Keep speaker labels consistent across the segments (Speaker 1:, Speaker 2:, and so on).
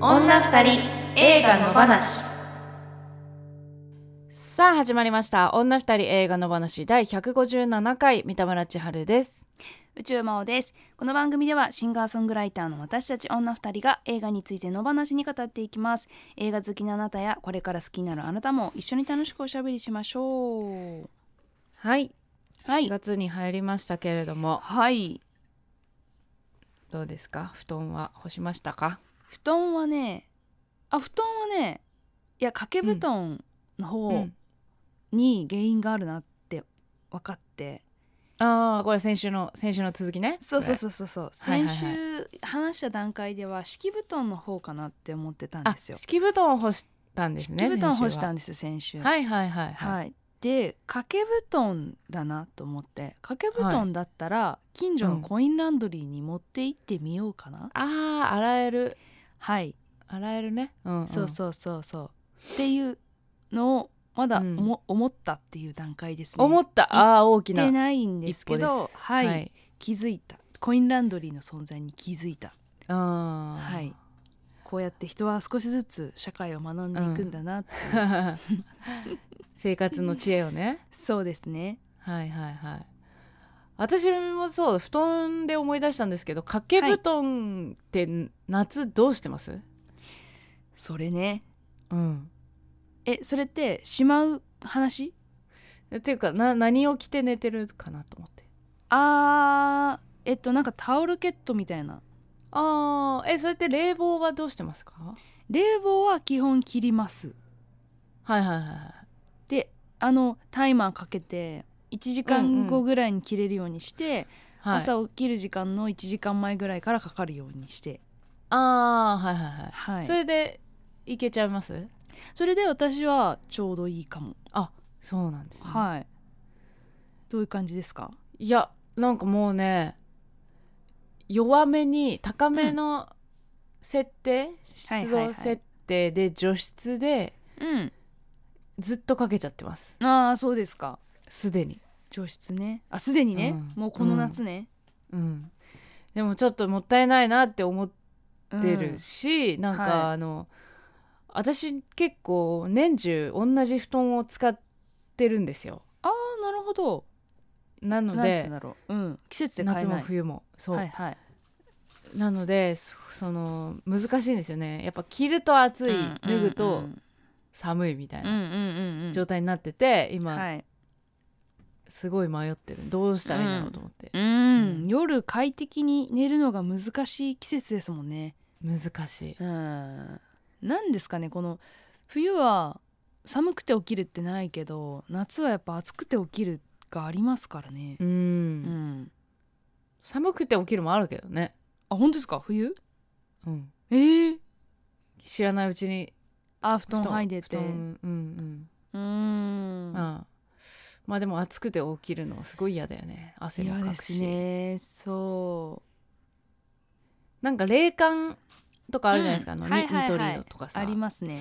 Speaker 1: た二人映画の話
Speaker 2: さあ始まりました女二人映画の話第157回三田村千春です
Speaker 3: 宇宙魔王ですこの番組ではシンガーソングライターの私たち女二人が映画についての話に語っていきます映画好きなあなたやこれから好きになるあなたも一緒に楽しくおしゃべりしましょう
Speaker 2: はい、
Speaker 3: は
Speaker 2: 4
Speaker 3: い
Speaker 2: 月に入りましたけれども
Speaker 3: はい
Speaker 2: どうですか布団は干しましたか
Speaker 3: 布団はねあ布団はねいや掛け布団の
Speaker 2: う
Speaker 3: 方
Speaker 2: ん
Speaker 3: に原因があるなって分かって、
Speaker 2: ああこれ先週の先週の続きね
Speaker 3: そうそう
Speaker 2: う
Speaker 3: そうそうそう
Speaker 2: はいはい
Speaker 3: 先週話した段階では敷布団の方かなって思ってたん
Speaker 2: あ
Speaker 3: ですよ
Speaker 2: 敷布団を干したんです
Speaker 3: 敷
Speaker 2: ね
Speaker 3: 布団干した
Speaker 2: ん
Speaker 3: んです先週
Speaker 2: はいはいはいはい、
Speaker 3: はい、で掛け布団だなと思って掛け布団だったら近所のコインランドリーに持って行ってみようかな、
Speaker 2: ああ洗える
Speaker 3: はい、
Speaker 2: 洗えるねうん、うん、
Speaker 3: そうそうそうそうっていうのをまだ
Speaker 2: うん
Speaker 3: 思,、思ったっていう段階ですね
Speaker 2: 思
Speaker 3: っ
Speaker 2: ったああ大き
Speaker 3: て
Speaker 2: な一歩
Speaker 3: ないんですけど
Speaker 2: です
Speaker 3: はい、
Speaker 2: はい、
Speaker 3: 気づいたコインランドリーの存在に気づいた
Speaker 2: あー
Speaker 3: はいこうやって人は少しずつ社会を学んでいくんだな、
Speaker 2: 生活の知恵をね
Speaker 3: そうですね
Speaker 2: はいはいはい私もそう布団で思い出したんですけど掛け布団って夏どうしてます、
Speaker 3: それね
Speaker 2: うん
Speaker 3: えそれってしまう話
Speaker 2: っていうかな何を着て寝てるかなと思って
Speaker 3: あーえっとなんかタオルケットみたいな
Speaker 2: あーえそれって冷房はどうしてますか
Speaker 3: 冷房は基本切ります
Speaker 2: はいはいはいはい
Speaker 3: であのタイマーかけて1時間後ぐらいに切れるようにして、
Speaker 2: はい
Speaker 3: 朝起きる時間の1時間前ぐらいからかかるようにして、
Speaker 2: あーはいはいはい、
Speaker 3: はい、
Speaker 2: そ
Speaker 3: それ
Speaker 2: れでいけちゃいます
Speaker 3: で私はちょうどいいかも、
Speaker 2: そうなんですね、
Speaker 3: はいどういう感じですか
Speaker 2: い、やなんかもうね弱めに高めの設定、
Speaker 3: はい
Speaker 2: 湿
Speaker 3: はいは
Speaker 2: 度
Speaker 3: い
Speaker 2: 設定で除湿で
Speaker 3: うん
Speaker 2: ずっとかけちゃってます
Speaker 3: ああそうですか
Speaker 2: すでに、
Speaker 3: 除湿ねあすでにね、
Speaker 2: うん
Speaker 3: もうこの夏ね、
Speaker 2: うん、でもちょっともったいないなって思っ
Speaker 3: うん
Speaker 2: てるし、なんか、
Speaker 3: はい
Speaker 2: あの私結構年中同じ布団を使ってるんですよ
Speaker 3: ああなるほど
Speaker 2: なの
Speaker 3: なんつうん
Speaker 2: で
Speaker 3: だろう、うん、季節で変え
Speaker 2: 夏も
Speaker 3: ない
Speaker 2: 冬もそう、
Speaker 3: はいはい
Speaker 2: なのでそその難しいんですよねやっぱ着ると暑い、脱ぐと寒いみたい
Speaker 3: うんうん
Speaker 2: な
Speaker 3: うんうん
Speaker 2: 状態になってて今、
Speaker 3: はい
Speaker 2: すごい迷ってるどうしたらいいんだろうと思って、
Speaker 3: うん夜快適に寝るのが難しい季節ですもんね
Speaker 2: 難しい
Speaker 3: うんなんですかねこの冬は寒くて起きるってないけど夏はやっぱ暑くて起きるがありますからね
Speaker 2: うん、
Speaker 3: うん
Speaker 2: 寒くて起きるもあるけどね
Speaker 3: あ本当ですか冬
Speaker 2: うん
Speaker 3: えー、
Speaker 2: 知らないうちに
Speaker 3: あ布団剥いで
Speaker 2: 布
Speaker 3: てう
Speaker 2: 団うん
Speaker 3: ー
Speaker 2: うんんああまあでも暑くて起きるのすごい嫌だよね汗も
Speaker 3: 嫌
Speaker 2: か
Speaker 3: で
Speaker 2: くし
Speaker 3: すねそ
Speaker 2: なんか冷感とかあるじゃないですか、
Speaker 3: うん
Speaker 2: あの、
Speaker 3: はい
Speaker 2: ニ
Speaker 3: はいはい
Speaker 2: ニトリのとか
Speaker 3: う
Speaker 2: さ
Speaker 3: ありますね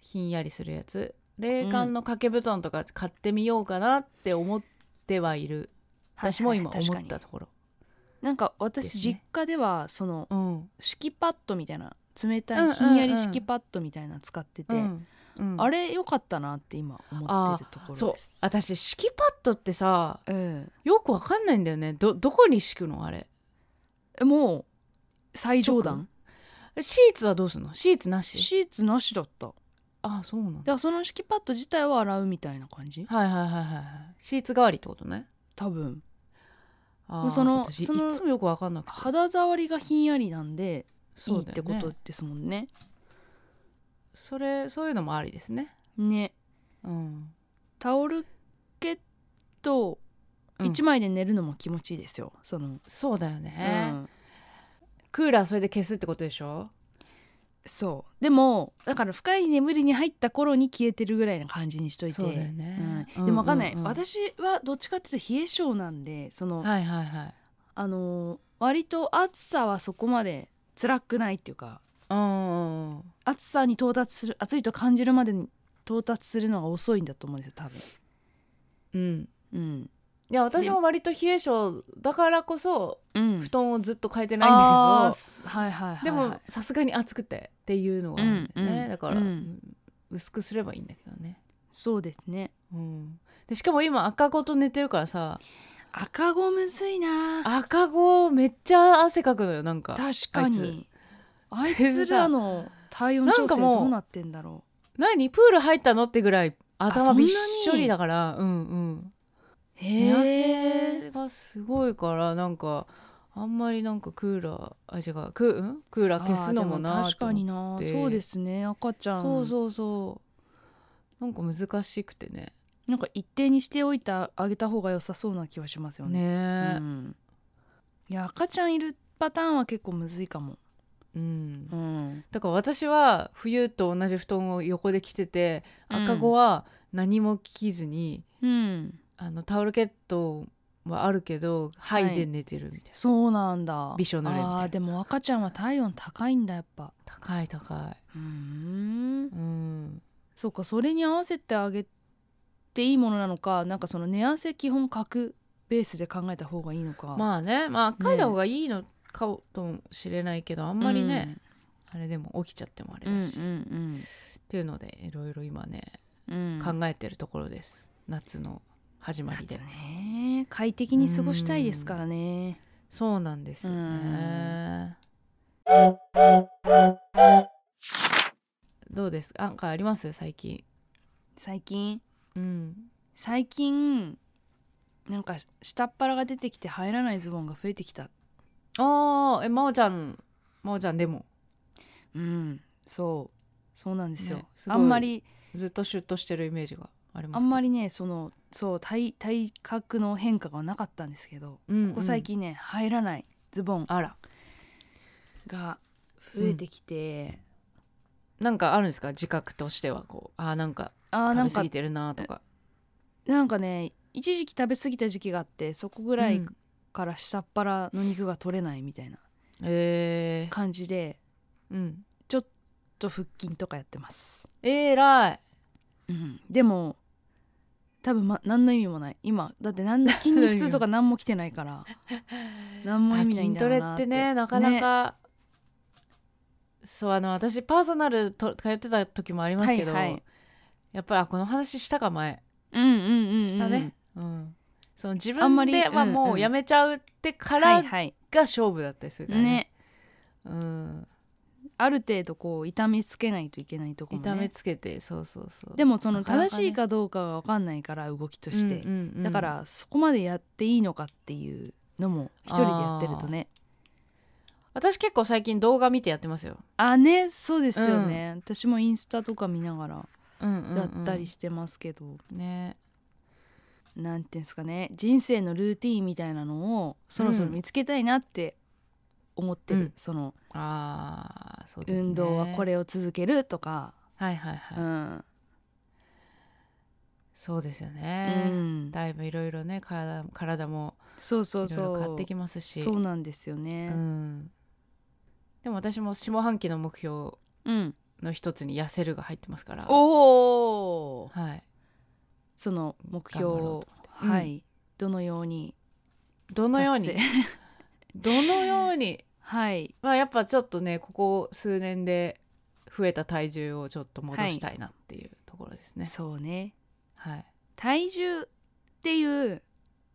Speaker 2: ひんやりするやつ冷感の掛け布団とか買ってみようかなって思ってはいる、私も今
Speaker 3: はいはい
Speaker 2: 思っ
Speaker 3: 確か
Speaker 2: た
Speaker 3: に
Speaker 2: ところ、
Speaker 3: なんか
Speaker 2: です
Speaker 3: 私
Speaker 2: ね
Speaker 3: 実家ではその
Speaker 2: うん
Speaker 3: 敷きパッドみたいな冷
Speaker 2: うん
Speaker 3: た
Speaker 2: うんう
Speaker 3: い
Speaker 2: ん
Speaker 3: ひんやり敷きパッドみたいな使ってて、
Speaker 2: うんうん
Speaker 3: あれ良かったなって今思ってるところ
Speaker 2: そう
Speaker 3: です。
Speaker 2: 私敷きパッドってさ
Speaker 3: うん
Speaker 2: よくわかんないんだよねどどこに敷くのあれ
Speaker 3: えもう最上段
Speaker 2: シーツはどうするのシーツなし
Speaker 3: シーツなしだった。だか
Speaker 2: あそうなんだ
Speaker 3: らその敷きパッド自体は洗うみたいな感じ
Speaker 2: はいはいはいはいはいシーツ代わりってことね
Speaker 3: 多分
Speaker 2: あ
Speaker 3: も
Speaker 2: ー
Speaker 3: うその
Speaker 2: 私
Speaker 3: その
Speaker 2: いつもよくわかんなくて
Speaker 3: 肌触りがひんやりなんでい
Speaker 2: そ
Speaker 3: いうっ
Speaker 2: だよね
Speaker 3: てことですもんね。
Speaker 2: それそういうのもありですね
Speaker 3: ね
Speaker 2: うん
Speaker 3: タオルケット
Speaker 2: うん
Speaker 3: 1枚で寝るのも気持ちいいですよ。その、
Speaker 2: そうだよね、
Speaker 3: うん
Speaker 2: クーラーそれで消すってことでしょ
Speaker 3: そうでもだから深い眠りに入った頃に消えてるぐらいな感じにしといて
Speaker 2: そうだよね
Speaker 3: うんでもわかんない、
Speaker 2: うんうんうん
Speaker 3: 私はどっちかっていうと冷え性なんでその、
Speaker 2: はいはいはい
Speaker 3: あのー割と暑さはそこまで辛くないっていうか
Speaker 2: うんうんうん
Speaker 3: 暑さに到達する暑いと感じるまでに到達するのが遅いんだと思うんですよ多分
Speaker 2: うん
Speaker 3: うん
Speaker 2: いや私も割と冷え性だからこそ
Speaker 3: うん
Speaker 2: 布団をずっと変えてないん
Speaker 3: あ
Speaker 2: だ
Speaker 3: ー
Speaker 2: け
Speaker 3: すはいはいはい
Speaker 2: ど、
Speaker 3: はい
Speaker 2: でもさすがに暑くてっていうのがあるんだよね、
Speaker 3: うんうん
Speaker 2: だから、
Speaker 3: うん
Speaker 2: 薄くすればいいんだけどね、
Speaker 3: そうですね
Speaker 2: うん、でしかも今赤子と寝てるからさ
Speaker 3: 赤子むずいな
Speaker 2: 赤子めっちゃ汗かくのよなんか
Speaker 3: 確かにあ
Speaker 2: あ
Speaker 3: い
Speaker 2: い
Speaker 3: つ
Speaker 2: つ
Speaker 3: らの体温調整どうなってんだろ
Speaker 2: 何プール入ったのってぐらい
Speaker 3: そ
Speaker 2: 頭
Speaker 3: んな
Speaker 2: び
Speaker 3: に
Speaker 2: っしょりだからうんうん
Speaker 3: う
Speaker 2: 寝
Speaker 3: へえ
Speaker 2: 汗がすごいからなんかあんまりなんかクーラーあ違うクーんクーラー消すのもな
Speaker 3: 確
Speaker 2: と
Speaker 3: か
Speaker 2: 思
Speaker 3: に
Speaker 2: って
Speaker 3: な
Speaker 2: て
Speaker 3: そうですね赤ちゃん
Speaker 2: そうそうそうなんか難しくてね
Speaker 3: なんか一定にしておいてあげた方が良さそうな気はしますよね
Speaker 2: ねえ
Speaker 3: うん、いや赤ちゃんいるパターンは結構むずいかも、
Speaker 2: うん
Speaker 3: うん、
Speaker 2: だから私は冬と同じ布団を横で着てて
Speaker 3: うん
Speaker 2: 赤子は何も着ずに、
Speaker 3: うん、
Speaker 2: あのタオルケットはあるけど
Speaker 3: い
Speaker 2: 剥いで寝てるみたいな、
Speaker 3: そうなんだ
Speaker 2: びしょ濡れみたいな
Speaker 3: あーでも赤ちゃんは体温高いんだやっぱ
Speaker 2: 高い高い
Speaker 3: うん
Speaker 2: うん
Speaker 3: そうかそれに合わせてあげていいものなのかなんかその寝汗基本かくベースで考えた方がいいのかあ
Speaker 2: まあねまあ書いた方がいいのかもしれないけどあ
Speaker 3: あ
Speaker 2: んまりね、、あれでも起きちゃってもあれ
Speaker 3: うん、うん
Speaker 2: だし、っていうのでいろいろ今ね
Speaker 3: うんうんうん
Speaker 2: 考えてるところです、夏の始まりで
Speaker 3: 夏ね快適に過ごしたいですからね
Speaker 2: そうなんですよねどうですかなんかあります最近
Speaker 3: 最近
Speaker 2: うん
Speaker 3: 最近なんか下っ腹が出てきて入らないズボンが増えてきた
Speaker 2: あーえまおちゃんまおちゃんでも
Speaker 3: うんそうそうなんですよ、
Speaker 2: ねすご
Speaker 3: あ
Speaker 2: い
Speaker 3: んまり
Speaker 2: ずっとシュッとしてるイメージがあります
Speaker 3: あんまりねそのそう体体格の変化がなかったんですけど
Speaker 2: り、うんうん
Speaker 3: ここ最近ね、入らないズボン
Speaker 2: あら
Speaker 3: が増えてきて、
Speaker 2: なんかあるんですか自覚としてはこうあーなんか
Speaker 3: あーなん
Speaker 2: 食べ過
Speaker 3: か
Speaker 2: ぎてるなとか
Speaker 3: なんかね一時期食べ過ぎた時期があってそこぐら
Speaker 2: う
Speaker 3: い
Speaker 2: ん
Speaker 3: から下っ腹の肉が取れないみたいな
Speaker 2: えー
Speaker 3: 感じで
Speaker 2: うん、
Speaker 3: ちょっと腹筋とかやってます、
Speaker 2: えらい
Speaker 3: うん、でも多分、ま、何の意味もない今だって何の筋肉痛とか何もきてないから 何も意味ないんだろうな
Speaker 2: 筋トレってねなかな
Speaker 3: ね
Speaker 2: か、そうあの私パーソナルと通ってた時もありますけど、
Speaker 3: はいはい
Speaker 2: やっぱりあこの話したか前
Speaker 3: うんうんうんうん
Speaker 2: したね、うんその自
Speaker 3: あんま
Speaker 2: 分
Speaker 3: り
Speaker 2: でまあ
Speaker 3: うんうん
Speaker 2: もうやめちゃうってか
Speaker 3: は
Speaker 2: ら
Speaker 3: い
Speaker 2: が
Speaker 3: はい
Speaker 2: 勝負だったりするからね,、
Speaker 3: ね
Speaker 2: うん、
Speaker 3: ある程度こう痛めつけないといけないとこも、ね、
Speaker 2: 痛めつけてそうそうそう
Speaker 3: でもその
Speaker 2: なかなかね
Speaker 3: 正しいかどうかが分かんないから動きとして、
Speaker 2: うんうんうん
Speaker 3: だからそこまでやっていいのかっていうのも一人でやってるとね
Speaker 2: 私結構最近動画見てやってますよ、
Speaker 3: あねそうですよね、私もインスタとか見ながら
Speaker 2: うんうんうん
Speaker 3: やったりしてますけど、
Speaker 2: ね
Speaker 3: なんていうんですかね人生のルーティンみたいなのをそろそろ見つけたいなって思ってる、
Speaker 2: うん
Speaker 3: その
Speaker 2: あーそうですね
Speaker 3: 運動はこれを続けるとか、
Speaker 2: はいはいはい、
Speaker 3: うん
Speaker 2: そうですよ
Speaker 3: う
Speaker 2: ね、
Speaker 3: ん、
Speaker 2: だいぶいろいろね体体も
Speaker 3: そうそ
Speaker 2: いうろいろ変
Speaker 3: そ
Speaker 2: わっ
Speaker 3: う
Speaker 2: てきますし
Speaker 3: そうなんですよ
Speaker 2: う
Speaker 3: ね、
Speaker 2: んでも私も下半期の目標
Speaker 3: うん、
Speaker 2: の一つに痩せるが入ってますから
Speaker 3: おお
Speaker 2: はい、
Speaker 3: その目標
Speaker 2: 頑張ろ
Speaker 3: を
Speaker 2: うと思って
Speaker 3: はい、どのように
Speaker 2: どのように
Speaker 3: 達成
Speaker 2: どのように
Speaker 3: はい
Speaker 2: まあやっぱちょっとねここ数年で増えた体重をちょっと戻したいなっていうところですね
Speaker 3: そうね
Speaker 2: はい、
Speaker 3: 体重っていう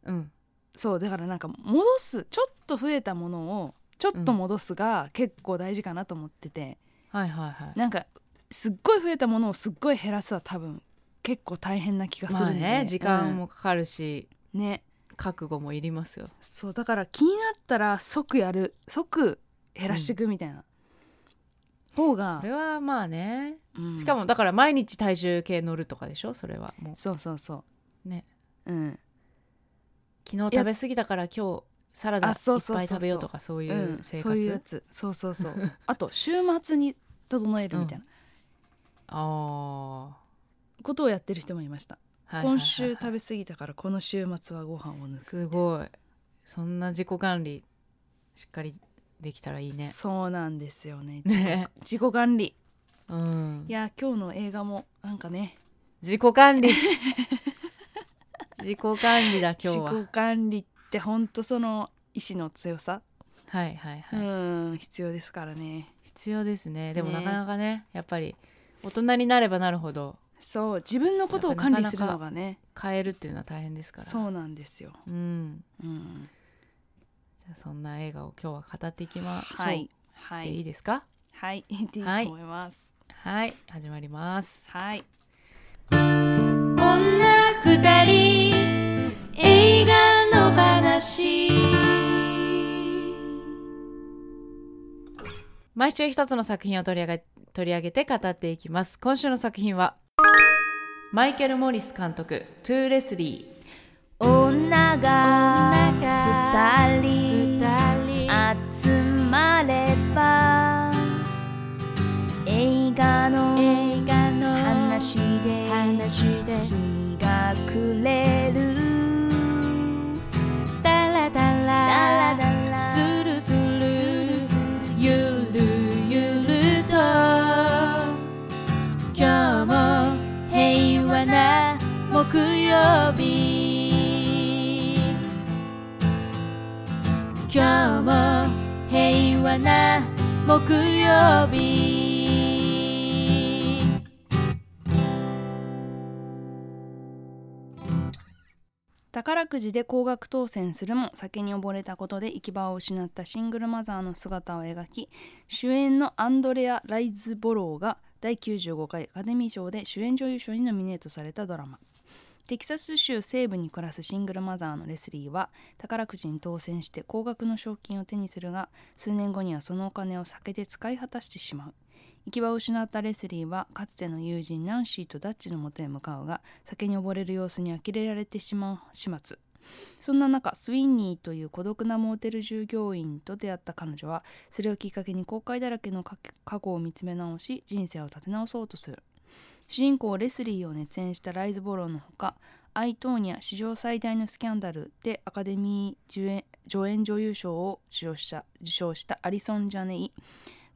Speaker 2: うん
Speaker 3: そうだからなんか戻すちょっと増えたものをちょっと戻すが結構大事かなと思ってて、
Speaker 2: はいはいはい
Speaker 3: なんかすっごい増えたものをすっごい減らすは多分結構大変な気がす
Speaker 2: ま
Speaker 3: る
Speaker 2: あ
Speaker 3: んで、
Speaker 2: ね時間もかかるし、
Speaker 3: うんね
Speaker 2: 覚悟もいりますよ
Speaker 3: そうだから気になったら即やる即減らしていくみたいな、方が
Speaker 2: それはまあね
Speaker 3: うん
Speaker 2: しかもだから毎日体重計乗るとかでしょそれはも
Speaker 3: そうそうそう
Speaker 2: ね
Speaker 3: ううん
Speaker 2: 昨日食べ過ぎたから今日サラダ
Speaker 3: あ
Speaker 2: いっ
Speaker 3: そうそうそう、
Speaker 2: ぱい食べようとかそういううん生
Speaker 3: そういうや
Speaker 2: 活
Speaker 3: つそうそうそう あと週末に整えるみたいな
Speaker 2: あ
Speaker 3: ことをやってる人もいました、
Speaker 2: あー
Speaker 3: 今週食
Speaker 2: べ
Speaker 3: べ過ぎたからこの週末はご飯を抜く
Speaker 2: すごいそんな自己管理しっかりできたらいいね
Speaker 3: そうなんですよ ね自己
Speaker 2: ね
Speaker 3: 自己管理
Speaker 2: うん
Speaker 3: いや今日の映画もなんかね
Speaker 2: 自己管理自己管理だ今日は
Speaker 3: 自己管理って本当その意志の強さ、
Speaker 2: はいはいはい、
Speaker 3: うん必要ですからね
Speaker 2: 必要ですねでも
Speaker 3: ね
Speaker 2: なかなかねやっぱり大人になればなるほど
Speaker 3: そう自分のことを管理するのがね
Speaker 2: 変えるっていうのは大変ですから
Speaker 3: そうなんですよ、
Speaker 2: うん
Speaker 3: うん、
Speaker 2: じゃあそんな映画を今日は語っていきましょう、
Speaker 3: はいは
Speaker 2: でいい
Speaker 3: い
Speaker 2: ですか
Speaker 3: はい いいと思います
Speaker 2: はい始まります
Speaker 3: はい
Speaker 1: 女二人映画の話
Speaker 2: 毎週一つの作品を取り上げ取り上げて語っていきます今週の作品はマイケル・モリス監督「トゥーレスリー」
Speaker 1: 女が二人集まれば映画の話で日が暮れるダラダラズルズルゆるゆると今日も平和な木曜日今日も平和な木曜日
Speaker 3: 宝くじで高額当選するも酒に溺れたことで行き場を失ったシングルマザーの姿を描き主演のアンドレア・ライズボローが第95回アカデミー賞で主演女優賞にノミネートされたドラマテキサス州西部に暮らすシングルマザーのレスリーは宝くじに当選して高額の賞金を手にするが数年後にはそのお金を酒で使い果たしてしまう行き場を失ったレスリーはかつての友人ナンシーとダッチのもとへ向かうが酒に溺れる様子に呆れられてしまう始末そんな中スウィニーという孤独なモーテル従業員と出会った彼女はそれをきっかけに後悔だらけの過過去を見つめ直し人生を立て直そうとする主人公レスリーを熱演したライズボローのほか「アイトーニャ史上最大のスキャンダル」でアカデミー助演助演女優賞を受賞した受賞したアリソン・ジャネイ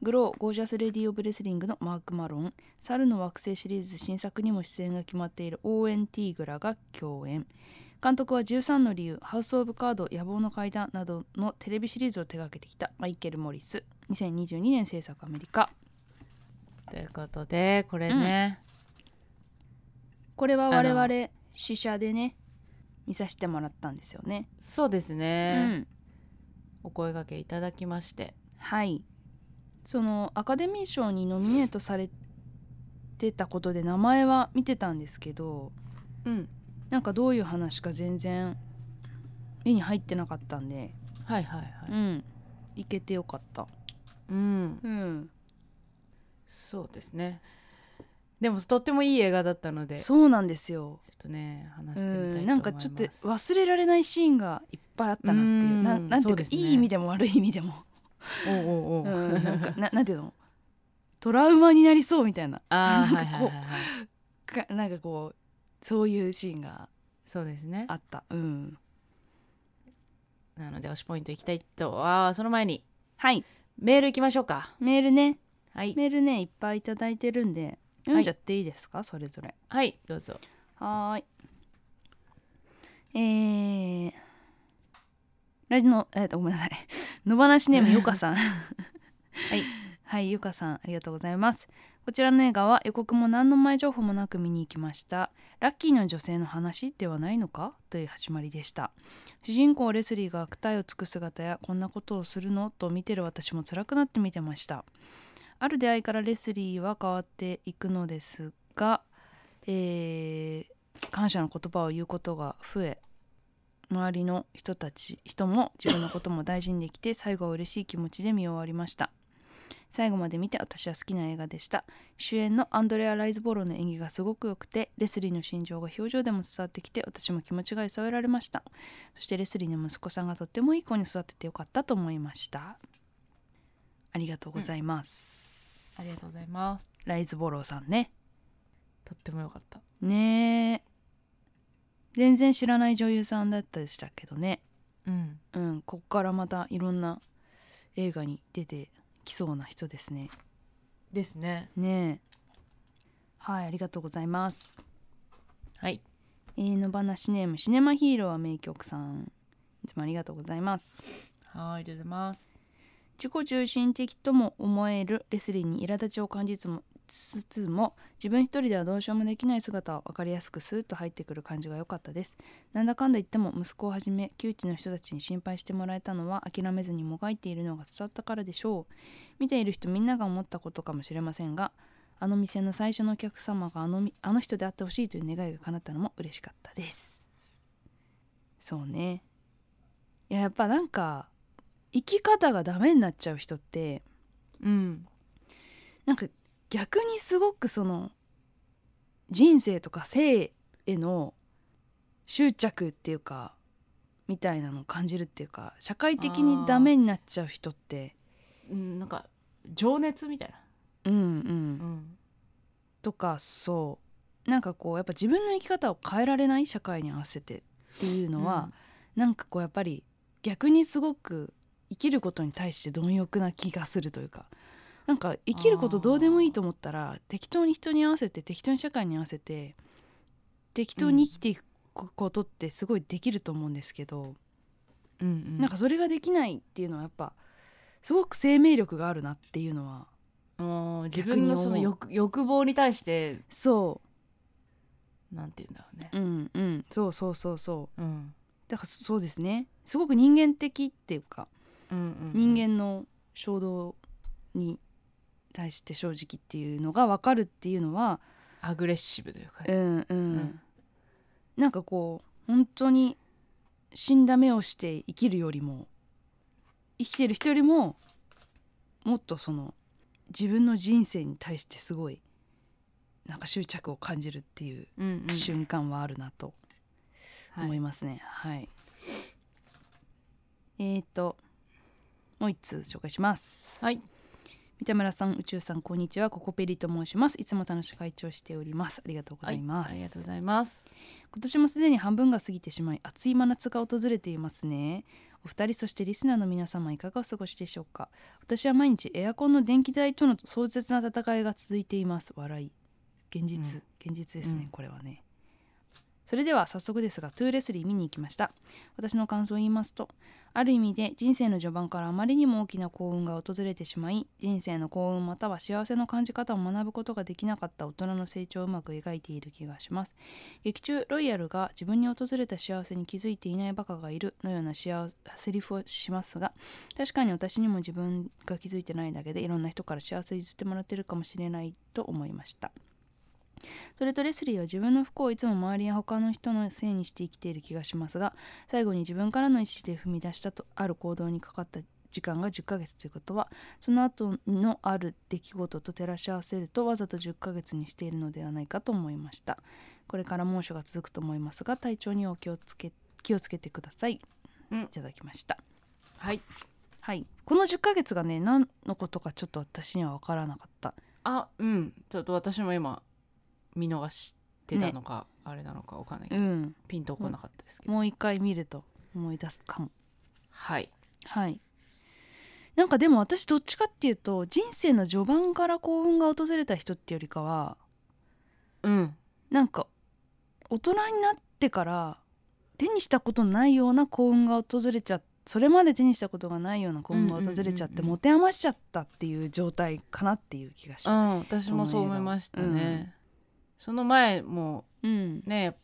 Speaker 3: グロー、ゴージャス・レディ・オブ・レスリングのマーク・マロン、猿の惑星シリーズ新作にも出演が決まっているオーエン・ティーグラが共演。監督は13の理由、ハウス・オブ・カード、野望の階段などのテレビシリーズを手掛けてきたマイケル・モリス。2022年制作アメリカ。
Speaker 2: ということでこれね、
Speaker 3: これは
Speaker 2: あ
Speaker 3: 我
Speaker 2: の
Speaker 3: 々、試写でね、見させてもらったんですよね。
Speaker 2: そうです
Speaker 3: う
Speaker 2: ね、
Speaker 3: ん。
Speaker 2: お声掛けいただきまして
Speaker 3: はい。そのアカデミー賞にノミネートされてたことで名前は見てたんですけど、
Speaker 2: うん
Speaker 3: なんかどういう話か全然目に入ってなかったんで、
Speaker 2: はいはいはい、
Speaker 3: うん、いけてよかった。
Speaker 2: うん、
Speaker 3: うん、
Speaker 2: そうですねでもとってもいい映画だったのでちょ
Speaker 3: そうなんですよ。
Speaker 2: っとね話
Speaker 3: う
Speaker 2: してみたいと思います、
Speaker 3: ん、なんかちょっと忘れられないシーンがいっぱいあったなっていうう、
Speaker 2: ん
Speaker 3: ななんていうか
Speaker 2: そうですね
Speaker 3: いい意味でも悪い意味でも、
Speaker 2: おうおうおう、
Speaker 3: うん、なんかななんていうの、トラウマになりそうみたいな、
Speaker 2: あ
Speaker 3: な
Speaker 2: ーは
Speaker 3: ん
Speaker 2: い
Speaker 3: か
Speaker 2: はい
Speaker 3: こう
Speaker 2: はいはい
Speaker 3: かなんかこうそういうシーンが
Speaker 2: そうですね
Speaker 3: あった。うん、
Speaker 2: なので推しポイントいきたいとあーその前に
Speaker 3: はい、
Speaker 2: メールいきましょうか
Speaker 3: メールね、
Speaker 2: はい
Speaker 3: メールねいっぱいいただいてるんで読んじゃっていいですか、それぞれ。
Speaker 2: はいどうぞ。
Speaker 3: はーい。えー、ラジの、えーと、ごめんなさい。 野放しネーム、ゆかさん。 はいはい、ゆかさん、ありがとうございます。こちらの映画は予告も何の前情報もなく見に行きました。ラッキーの女性の話ではないのかという始まりでした。主人公レスリーが悪態をつく姿やこんなことをするのと見てる私も辛くなって見てました。ある出会いからレスリーは変わっていくのですが、えー感謝の言葉を言うことが増え周りの人たち人も自分のことも大事にできて最後は嬉しい気持ちで見終わりました最後まで見て私は好きな映画でした主演のアンドレア・ライズボローの演技がすごく良くてレスリーの心情が表情でも伝わってきて私も気持ちが揺さぶられましたそしてレスリーの息子さんがとってもいい子に育ててよかったと思いましたありがとうございます、
Speaker 2: ありがとうございます
Speaker 3: ライズボローさんね
Speaker 2: とってもよかった
Speaker 3: ねえ全然知らない女優さんだったでしたけどね
Speaker 2: うん
Speaker 3: うんこっからまたいろんな映画に出てきそうな人ですね
Speaker 2: ですね
Speaker 3: ねえはいありがとうございます
Speaker 2: はい
Speaker 3: えー、の話ネームシネマヒーローは名曲さんいつもありがとうございます
Speaker 2: はい、ありがとうございます。
Speaker 3: 自己中心的とも思えるレスリーに苛立ちを感じつつもつつも自分一人ではどうしようもできない姿は分かりやすくスーッと入ってくる感じが良かったですなんだかんだ言っても息子をはじめ窮地の人たちに心配してもらえたのは諦めずにもがいているのが伝わったからでしょう見ている人みんなが思ったことかもしれませんがあの店の最初のお客様があのみあの人であってほしいという願いが叶ったのも嬉しかったですそうねいややっぱなんか生き方がダメになっちゃう人って
Speaker 2: うん。
Speaker 3: なんか逆にすごくその人生とか性への執着っていうかみたいなのを感じるっていうか社会的にダメになっちゃう人って
Speaker 2: うん、なんか情熱みたいな。
Speaker 3: うんう
Speaker 2: うんん。
Speaker 3: とかそうなんかこうやっぱ自分の生き方を変えられない社会に合わせてっていうのは、なんかこうやっぱり逆にすごく生きることに対して貪欲な気がするというかなんか生きることどうでもいいと思ったら適当に人に合わせて適当に社会に合わせて適当に生きていくことってすごいできると思うんですけど、
Speaker 2: うん、うん、
Speaker 3: なんかそれができないっていうのはやっぱすごく生命力があるなっていうのは
Speaker 2: うん自
Speaker 3: 逆に
Speaker 2: 分のその
Speaker 3: 思う
Speaker 2: 欲欲望に対して
Speaker 3: そ
Speaker 2: なんて言うんだろうね
Speaker 3: う、。うんうん、そうそうそうそう
Speaker 2: うん。
Speaker 3: だからそうですねすごく人間的っていうか
Speaker 2: うんうん、
Speaker 3: 人間の衝動に対して正直っていうのが分かるっていうのは
Speaker 2: アグレッシブというか、
Speaker 3: うんうん、
Speaker 2: ん
Speaker 3: なんかこう本当に死んだ目をして生きるよりも生きてる人よりももっとその自分の人生に対してすごいなんか執着を感じるっていう
Speaker 2: うんうん
Speaker 3: 瞬間はあるなと
Speaker 2: はい
Speaker 3: 思いますね。はい、えっ、ー、ともう一通紹介します。
Speaker 2: はい
Speaker 3: 三田村さん宇宙さんこんにちはココペリと申しますいつも楽しく会長しておりますありがとうございます、
Speaker 2: ありがとうございます
Speaker 3: 今年もすでに半分が過ぎてしまい暑い真夏が訪れていますねお二人そしてリスナーの皆様いかがお過ごしでしょうか私は毎日エアコンの電気代との壮絶な戦いが続いています笑い現実、現実ですね、
Speaker 2: うん
Speaker 3: これはねそれでは早速ですがトゥーレスリー見に行きました私の感想を言いますとある意味で人生の序盤からあまりにも大きな幸運が訪れてしまい人生の幸運または幸せの感じ方を学ぶことができなかった大人の成長をうまく描いている気がします劇中ロイヤルが自分に訪れた幸せに気づいていないバカがいるのような幸せセリフをしますが確かに私にも自分が気づいてないだけでいろんな人から幸せを譲ってもらってるかもしれないと思いましたそれとレスリーは自分の不幸をいつも周りや他の人のせいにして生きている気がしますが最後に自分からの意思で踏み出したとある行動にかかった時間が10ヶ月ということはその後のある出来事と照らし合わせるとわざと10ヶ月にしているのではないかと思いましたこれから猛暑が続くと思いますが体調にはお気をつけ気をつけてください、
Speaker 2: うん
Speaker 3: いただきました
Speaker 2: はい
Speaker 3: はいこの10ヶ月がね何のことかちょっと私には分からなかった
Speaker 2: あうんちょっと私も今見逃してたのか、あれなのかわかんないけ
Speaker 3: う
Speaker 2: ど、
Speaker 3: ん
Speaker 2: ピンとこなかったですけど、
Speaker 3: もう一回見ると思い出すかも
Speaker 2: はい
Speaker 3: はいなんかでも私どっちかっていうと人生の序盤から幸運が訪れた人ってよりかは
Speaker 2: うん
Speaker 3: なんか大人になってから手にしたことのないような幸運が訪れちゃそれまで手にしたことがないような幸運が訪れちゃっ
Speaker 2: うんうんうん
Speaker 3: て
Speaker 2: うん
Speaker 3: 持て余しちゃったっていう状態かなっていう気がし
Speaker 2: う
Speaker 3: た。
Speaker 2: ん私もそう思いましたね、その前も
Speaker 3: うん
Speaker 2: ね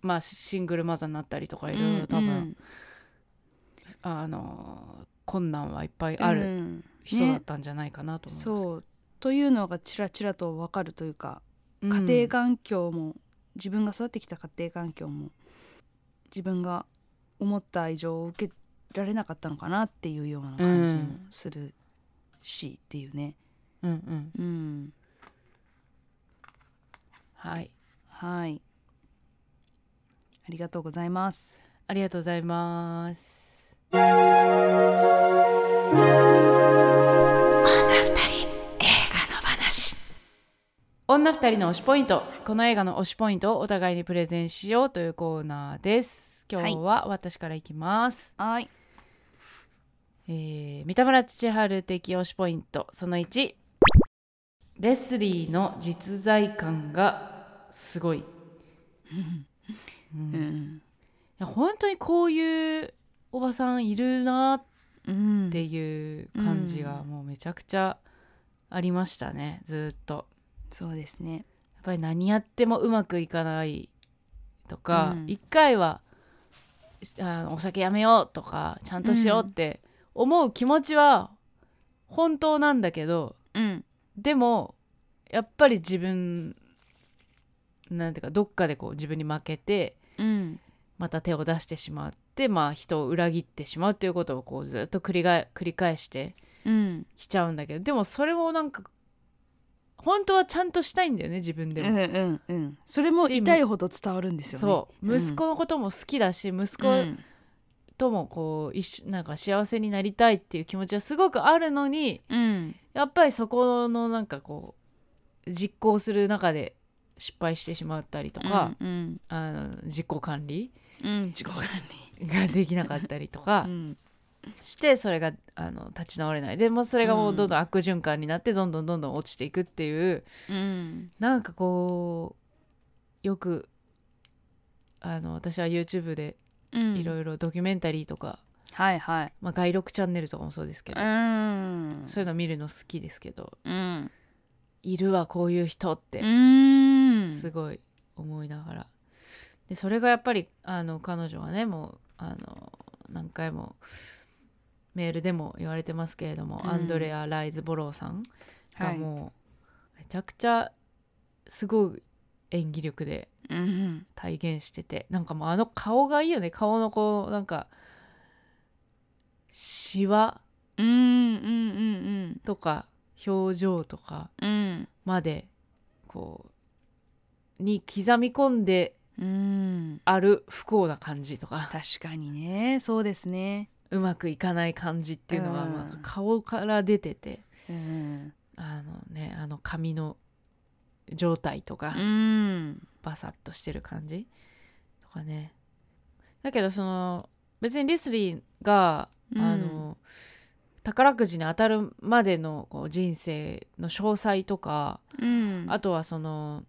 Speaker 2: まあシングルマザーになったりとかいろいろ多分、あの困難はいっぱいあ
Speaker 3: う
Speaker 2: る
Speaker 3: ん
Speaker 2: 人だったんじゃないかなと思います、
Speaker 3: そうというのがちらちらと分かるというか
Speaker 2: うん
Speaker 3: 家庭環境も、自分が育ってきた家庭環境も自分が思った愛情を受けられなかったのかなっていうような感じもするし、っていうね。
Speaker 2: うんうん
Speaker 3: うん、
Speaker 2: はい
Speaker 3: はいありがとうございます。
Speaker 2: ありがとうございます女二人の推しポイントこの映画の推しポイントをお互いにプレゼンしようというコーナーです今日は私からいきます、
Speaker 3: はい
Speaker 2: えー三田村千春的推しポイントその1レスリーの実在感がすごい、う本当にこういうおばさんいるなっ
Speaker 3: うん
Speaker 2: ていう感じが
Speaker 3: うん
Speaker 2: もうめちゃくちゃありましたねずーっと。
Speaker 3: そうですね
Speaker 2: やっぱり何やってもうまくいかないとか
Speaker 3: うん
Speaker 2: 一、回はあのお酒やめようとかちゃんとしようって思う気持ちは本当なんだけど
Speaker 3: うん
Speaker 2: でもやっぱり自分なんていうかどっかでこう自分に負けて
Speaker 3: うん
Speaker 2: また手を出してしまって、まあ、人を裏切ってしまうということをこうずっと繰りが繰り返して
Speaker 3: うん
Speaker 2: きちゃうんだけどでもそれもなんか本当はちゃんとしたいんだよね自分で
Speaker 3: う
Speaker 2: も。
Speaker 3: んうんうんそれも痛いほど伝わるんですよね
Speaker 2: そう、
Speaker 3: うん
Speaker 2: 息子のことも好きだし息
Speaker 3: う
Speaker 2: 子
Speaker 3: ん
Speaker 2: ともこう一緒なんか幸せになりたいっていう気持ちはすごくあるのに
Speaker 3: うん
Speaker 2: やっぱりそこのなんかこう実行する中で失敗してしまったりとか、
Speaker 3: うん
Speaker 2: あの自己管理
Speaker 3: うん自己管
Speaker 2: ができなかったりとか
Speaker 3: 理 うん
Speaker 2: してそれがあの立ち直れないでもうそれがもうどんどん悪循環になってどんどんどんどん落ちていくっていう
Speaker 3: うん
Speaker 2: なんかこうよくあの私は YouTube で
Speaker 3: うん
Speaker 2: いろいろドキュメンタリーとか
Speaker 3: はいはい
Speaker 2: まあ、外録チャンネルとかもそうですけど、
Speaker 3: うん
Speaker 2: そういうの見るの好きですけど
Speaker 3: うん
Speaker 2: いるわこういう人って
Speaker 3: うん
Speaker 2: すごい思いながら、でそれがやっぱりあの彼女はねもうあの何回もメールでも言われてますけれども、
Speaker 3: うん
Speaker 2: アンドレア・ライズ・ボローさんが
Speaker 3: はい
Speaker 2: もうめちゃくちゃすごい演技力で
Speaker 3: うん
Speaker 2: 体現しててなんかもうあの顔がいいよね顔のこうなんかシワ
Speaker 3: うんうんうん
Speaker 2: とか表情とか
Speaker 3: うん
Speaker 2: までこうに刻み込んで
Speaker 3: うん
Speaker 2: ある不幸な感じとか
Speaker 3: 確かにねそうですね
Speaker 2: うまくいかない感じっていうのが、
Speaker 3: うん
Speaker 2: まあ、顔から出てて
Speaker 3: うん
Speaker 2: あのねあの髪の状態とか、
Speaker 3: うん
Speaker 2: バサッとしてる感じとかねだけどその別にレスリーが、
Speaker 3: うん
Speaker 2: あの宝くじに当たるまでのこう人生の詳細とか、
Speaker 3: うん
Speaker 2: あとはその、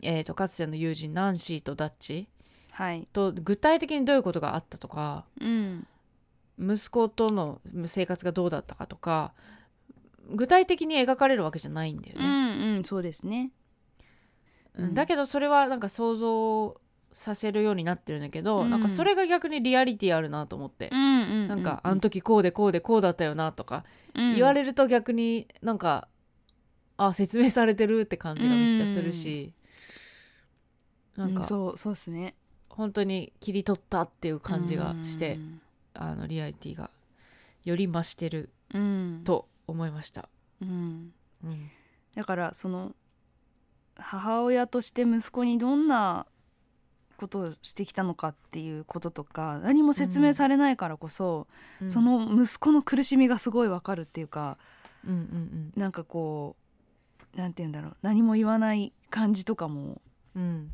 Speaker 2: えー、とかつての友人ナンシーとダッチ
Speaker 3: はい
Speaker 2: と具体的にどういうことがあったとか
Speaker 3: うん
Speaker 2: 息子との生活がどうだったかとか具体的に描かれるわけじゃないんだよ
Speaker 3: う
Speaker 2: ね。
Speaker 3: んうんそうですねうん
Speaker 2: うんだけどそれはなんか想像させるようになってるんだけど、
Speaker 3: うん
Speaker 2: なんかそれが逆にリアリティあるなと思って。
Speaker 3: うんうん
Speaker 2: なんかあの時こうでこうでこうだったよなとか言わ
Speaker 3: る
Speaker 2: れると逆になんかあ説明されてるって感じがめっちゃするし、なんか
Speaker 3: そうそうですね
Speaker 2: 本当に切り取ったっていう感じがして、
Speaker 3: うん
Speaker 2: あのリアリティがより増してる
Speaker 3: うん
Speaker 2: と思いました、
Speaker 3: うん
Speaker 2: うん
Speaker 3: だからその母親として息子にどんなことをしてきたのかっていうこととか何も説明されないからこそ、そ、の息子の苦しみがすごいわかるっていうか
Speaker 2: うんうんうん
Speaker 3: なんかこうなんて言うんだろう何も言わない感じとかも
Speaker 2: うんうん、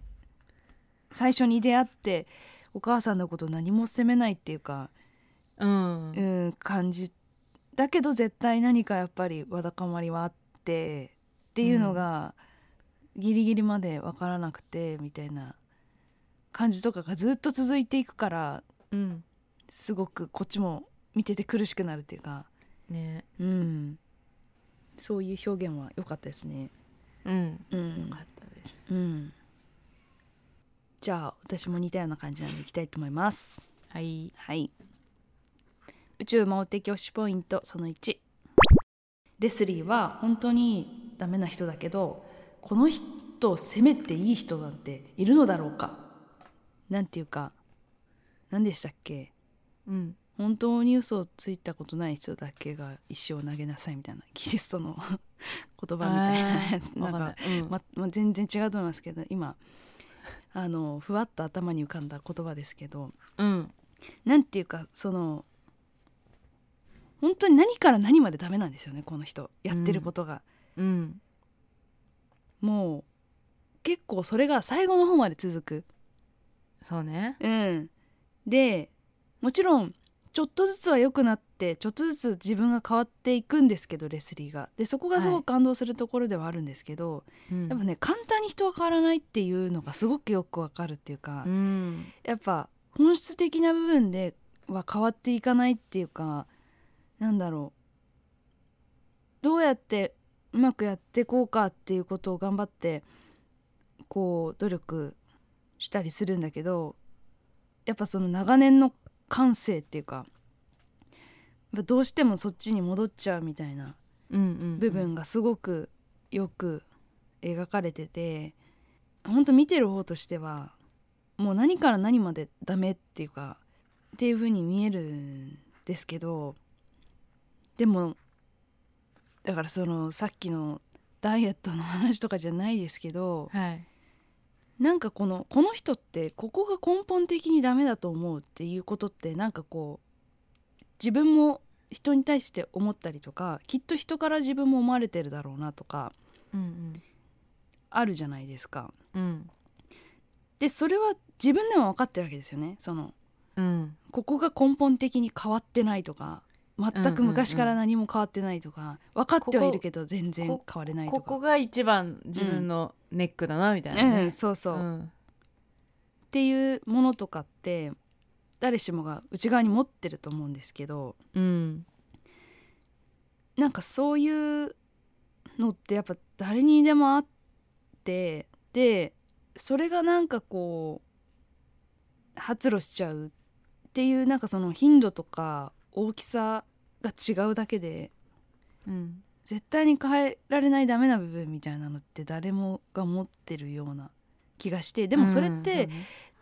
Speaker 3: 最初に出会ってお母さんのこと何も責めないっていうか、
Speaker 2: うん
Speaker 3: うん、感じだけど絶対何かやっぱりわだかまりはあってっていうのがギリギリまで分からなくてみたいな感じとかがずっと続いていくから
Speaker 2: うん
Speaker 3: すごくこっちも見てて苦しくなるっていうか、
Speaker 2: ね
Speaker 3: うん、そういう表現は良かったですね。
Speaker 2: うん
Speaker 3: うん
Speaker 2: よかったです
Speaker 3: うん、じゃあ私も似たような感じなんでいきたいと思います。
Speaker 2: はい
Speaker 3: はい。宇宙魔王的推しポイントその1。レスリーは本当にダメな人だけど、この人を責めていい人なんているのだろうか。なんていうか、何でしたっけ
Speaker 2: うん
Speaker 3: 本当に嘘をついたことない人だけが石を投げなさいみたいなキリストの 言葉みたいなやつな
Speaker 2: わ
Speaker 3: ん
Speaker 2: か
Speaker 3: か
Speaker 2: んないうん
Speaker 3: まま全然違うと思いますけど今あのふわっと頭に浮かんだ言葉ですけど、
Speaker 2: うん
Speaker 3: なんていうかその本当に何から何までダメなんですよねこの人やってることが、
Speaker 2: うん
Speaker 3: もう結構それが最後の方まで続く
Speaker 2: そうね
Speaker 3: うんでもちろんちょっとずつは良くなってちょっとずつ自分が変わっていくんですけどレスリーがでそこがすごく感動するところではあるんですけど、
Speaker 2: うん
Speaker 3: やっぱね簡単に人は変わらないっていうのがすごくよくわかるっていうか、
Speaker 2: うん
Speaker 3: やっぱ本質的な部分では変わっていかないっていうかなんだろうどうやってうまくやってこうかっていうことを頑張ってこう努力したりするんだけどやっぱその長年の感性っていうかやっぱどうしてもそっちに戻っちゃうみたいな
Speaker 2: うんうん
Speaker 3: 部分がすごくよく描かれてて本当見てる方としてはもう何から何までダメっていうかっていう風に見えるんですけどでもだからそのさっきのダイエットの話とかじゃないですけど
Speaker 2: はい
Speaker 3: なんかこのこの人ってここが根本的にダメだと思うっていうことってなんかこう自分も人に対して思ったりとかきっと人から自分も思われてるだろうなとか
Speaker 2: うん
Speaker 3: あるじゃないですか。
Speaker 2: うんうん
Speaker 3: でそれは自分でも分かってるわけですよね。その
Speaker 2: うん
Speaker 3: ここが根本的に変わってないとか全く昔から何も変わってないとか分かってはいるけど全然変われないと
Speaker 2: こ
Speaker 3: か。
Speaker 2: こが一番自分のネックだなみたいなね、
Speaker 3: うん、そうそう、
Speaker 2: うん
Speaker 3: っていうものとかって誰しもが内側に持ってると思うんですけど
Speaker 2: うん
Speaker 3: なんかそういうのってやっぱ誰にでもあってでそれがなんかこう発露しちゃうっていうなんかその頻度とか大きさが違うだけで
Speaker 2: うん
Speaker 3: 絶対に変えられないダメな部分みたいなのって誰もが持ってるような気がしてでもそれって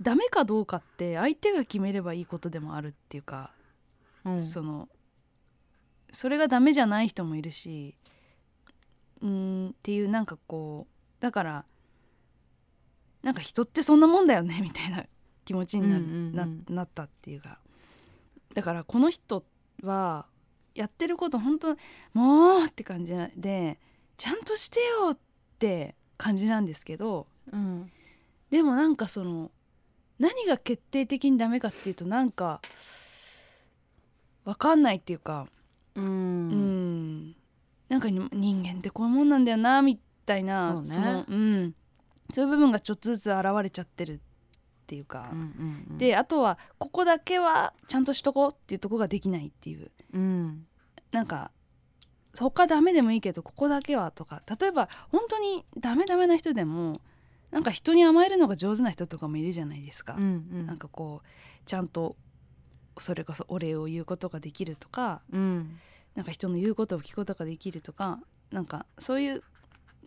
Speaker 3: ダメかどうかって相手が決めればいいことでもあるっていうか
Speaker 2: うんうん
Speaker 3: そのそれがダメじゃない人もいるしうーんっていうなんかこうだからなんか人ってそんなもんだよね みたいな気持ちにな,、
Speaker 2: うんうんうん
Speaker 3: ななったっていうかだからこの人はやってること本当もうって感じでちゃんとしてよって感じなんですけど
Speaker 2: うん
Speaker 3: でもなんかその何が決定的にダメかっていうとなんかわかんないっていうか
Speaker 2: う
Speaker 3: うんんなんかに人間ってこういうもんなんだよなみたいな
Speaker 2: そうね
Speaker 3: のうん、そういう部分がちょっとずつ現れちゃってるっていうか、
Speaker 2: うん
Speaker 3: であとはここだけはちゃんとしとこうっていうとこができないっていう
Speaker 2: うん
Speaker 3: なんか他ダメでもいいけどここだけはとか例えば本当にダメダメな人でもなんか人に甘えるのが上手な人とかもいるじゃないですか
Speaker 2: う、ん
Speaker 3: なんかこうちゃんとそれこそお礼を言うことができるとか
Speaker 2: うん
Speaker 3: なんか人の言うことを聞くことができるとかなんかそういう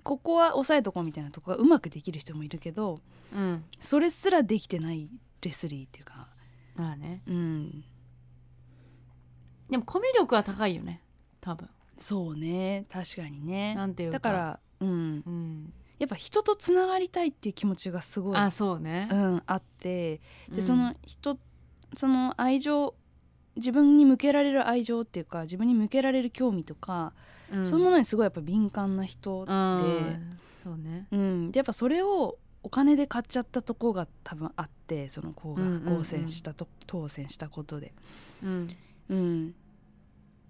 Speaker 3: ここは抑えとこうみたいなとこがうまくできる人もいるけど
Speaker 2: うん
Speaker 3: それすらできてないレスリーっていうか
Speaker 2: まあね
Speaker 3: うん
Speaker 2: でもコミュ力は高いよね多分
Speaker 3: そうね確かにね
Speaker 2: なんていう
Speaker 3: だ
Speaker 2: か
Speaker 3: からうん
Speaker 2: うん
Speaker 3: やっぱ人とつながりたいっていう気持ちがすごい
Speaker 2: あそうね
Speaker 3: うん、あって
Speaker 2: う
Speaker 3: で
Speaker 2: ん
Speaker 3: その人その愛情自分に向けられる愛情っていうか自分に向けられる興味とか、
Speaker 2: うん
Speaker 3: そういうものにすごいやっぱ敏感な人、
Speaker 2: うんそうね
Speaker 3: うん、でやっぱそれをお金で買っちゃったとこが多分あってその高
Speaker 2: うん
Speaker 3: 額
Speaker 2: うんうん
Speaker 3: 当選したと、当選したことで。
Speaker 2: うん
Speaker 3: うん、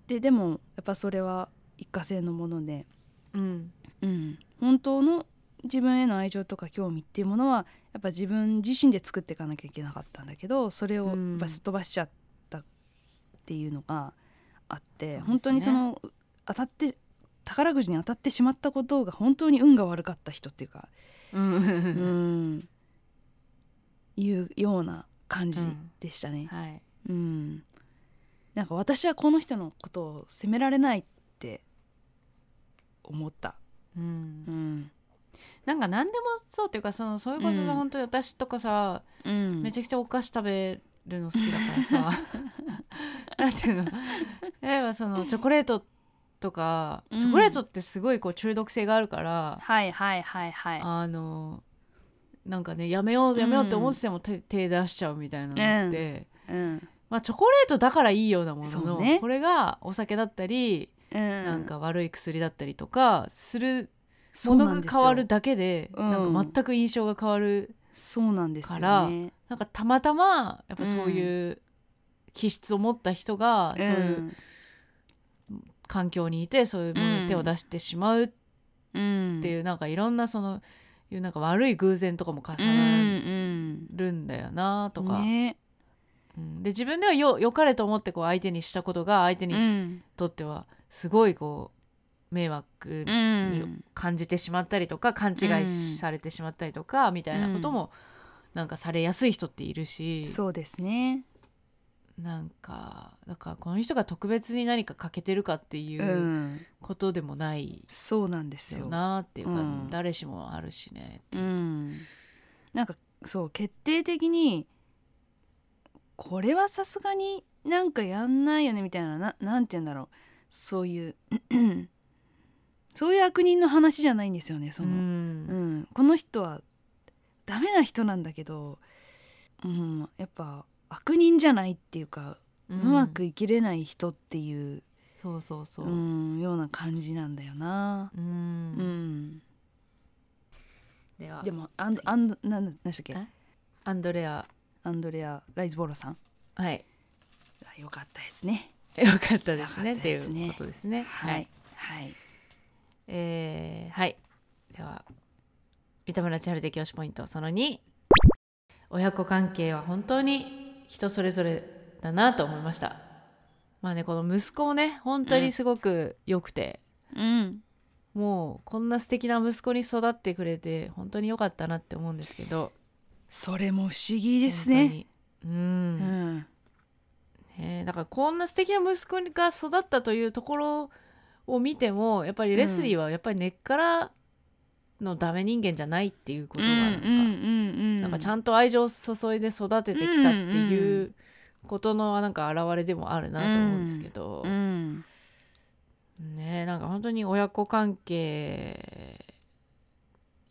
Speaker 3: ででもやっぱそれは一過性のもので、
Speaker 2: うん
Speaker 3: うん、本当の自分への愛情とか興味っていうものはやっぱ自分自身で作っていかなきゃいけなかったんだけどそれをやっ
Speaker 2: うん
Speaker 3: ぱすっ飛ばしちゃったっていうのがあって、
Speaker 2: そうですね
Speaker 3: 本当にその当たって宝くじに当たってしまったことが本当に運が悪かった人っていうか、
Speaker 2: うん
Speaker 3: うん、いうような感じでしたね。
Speaker 2: はい
Speaker 3: うん、なんか私はこの人のことを責められないって思った。
Speaker 2: うん
Speaker 3: うん
Speaker 2: なんか何でもそうっていうかそのそれこそさ、
Speaker 3: うん
Speaker 2: 本当に私とかさ、
Speaker 3: うん
Speaker 2: めちゃくちゃお菓子食べるの好きだか らさなんていうの例えばそのチョコレートとか、
Speaker 3: うん
Speaker 2: チョコレートってすごいこう中毒性があるから、
Speaker 3: はいはいはいはい。
Speaker 2: あのなんかねやめようやめようって思ってても手,、手出しちゃうみたいなのって、
Speaker 3: うん。
Speaker 2: まあ、チョコレートだからいいようなもの
Speaker 3: そう
Speaker 2: の、
Speaker 3: ね
Speaker 2: これがお酒だったり、
Speaker 3: な
Speaker 2: なんか悪い薬だったりとかする
Speaker 3: そ
Speaker 2: も
Speaker 3: う
Speaker 2: の
Speaker 3: な
Speaker 2: が
Speaker 3: んですよ
Speaker 2: 変わるだけで
Speaker 3: うん
Speaker 2: なんか全く印象が変わる
Speaker 3: そうなんです
Speaker 2: から
Speaker 3: よね。
Speaker 2: なんかたまたまやっぱそういう気質を持った人がそういううん環境にいてそういうものに手を出してしまうっ
Speaker 3: うん、
Speaker 2: て
Speaker 3: う
Speaker 2: いうなんかいろんなそのいうなんか悪い偶然とかも重
Speaker 3: んう
Speaker 2: なんるんだよなとか
Speaker 3: ね、
Speaker 2: うんで自分ではよ良かれと思ってこう相手にしたことが相手
Speaker 3: う
Speaker 2: に
Speaker 3: ん
Speaker 2: とってはすごいこう迷惑
Speaker 3: うん
Speaker 2: 感じてしまったりとか勘違いされてしまったりとか、みたいなこともなんかされやすい人っているし、
Speaker 3: そうですね
Speaker 2: なんかだからこの人が特別に何か欠けてるかっていううんことでもない
Speaker 3: そうなんです
Speaker 2: よ
Speaker 3: よ
Speaker 2: なっていうか、
Speaker 3: うん
Speaker 2: 誰しもあるしね
Speaker 3: うんなんかそう決定的にこれはさすがになんかやんないよねみたいなななんて言うんだろうそういう00そういう悪人の話じゃないんですよねその、
Speaker 2: うん
Speaker 3: うん、この人はダメな人なんだけど、うん、やっぱ悪人じゃないっていうか、う
Speaker 2: うん
Speaker 3: まく生きれない人っていう、
Speaker 2: そうそうそうう、
Speaker 3: ん、ような感じなんだよな。う
Speaker 2: う
Speaker 3: んん
Speaker 2: では
Speaker 3: でもアンドアンドなんなんでしたっけ
Speaker 2: えアンドレア
Speaker 3: アンドレア・ライズボロさん
Speaker 2: はい
Speaker 3: あよかったですね。
Speaker 2: よかったですね
Speaker 3: よかったですね
Speaker 2: っていうことですね
Speaker 3: はい、はい、
Speaker 2: えーはいでは三田村千春的教師ポイントその2親子関係は本当に人それぞれだなと思いましたまあねこの息子もね本当にすごく良くて、
Speaker 3: うん、
Speaker 2: もうこんな素敵な息子に育ってくれて本当に良かったなって思うんですけど
Speaker 3: それも不思議
Speaker 2: い
Speaker 3: ですね。
Speaker 2: うん、
Speaker 3: うん、
Speaker 2: ねだからこんな素敵な息子が育ったというところを見てもやっぱりレスリーはやっぱり根っからのダメ人間じゃないっていうことがなんか、
Speaker 3: ん
Speaker 2: なんかち
Speaker 3: ん
Speaker 2: ゃんと愛情を注いで育ててきたっていうことのなんか表れでもあるなと思うんですけど、
Speaker 3: うん、
Speaker 2: ねなんか本当に親子関係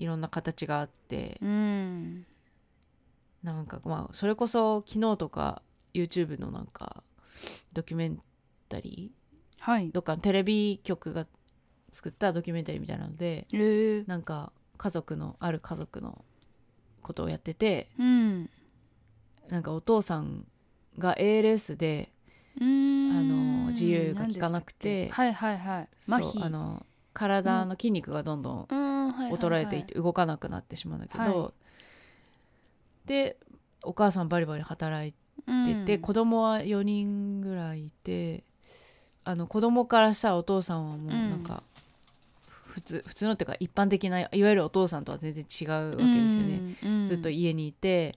Speaker 2: いろんな形があって、
Speaker 3: うん、
Speaker 2: なんかまあそれこそ昨日とか YouTube のなんかドキュメンタリー
Speaker 3: はい。
Speaker 2: どっかのテレビ局が作ったドキュメンタリーみたいなので
Speaker 3: えー、
Speaker 2: なんか家族のある家族のことをやってて
Speaker 3: うん、
Speaker 2: なんかお父さんが ALS で
Speaker 3: うん
Speaker 2: あの自由が利かなくて
Speaker 3: 何でしたっけはいはいはい
Speaker 2: そう
Speaker 3: 麻痺
Speaker 2: あの体の筋肉がどんどん
Speaker 3: うんはいはいはい
Speaker 2: 衰えていって動かなくなってしまうんだけど、
Speaker 3: は
Speaker 2: でお母さんバリバリ働いてて、子供は4人ぐらいいてあの子供からしたらお父さんはもうなんか、普通普通のっていうか一般的ないわゆるお父さんとは全然違うわけですよね。
Speaker 3: うん
Speaker 2: ずっと家にいて、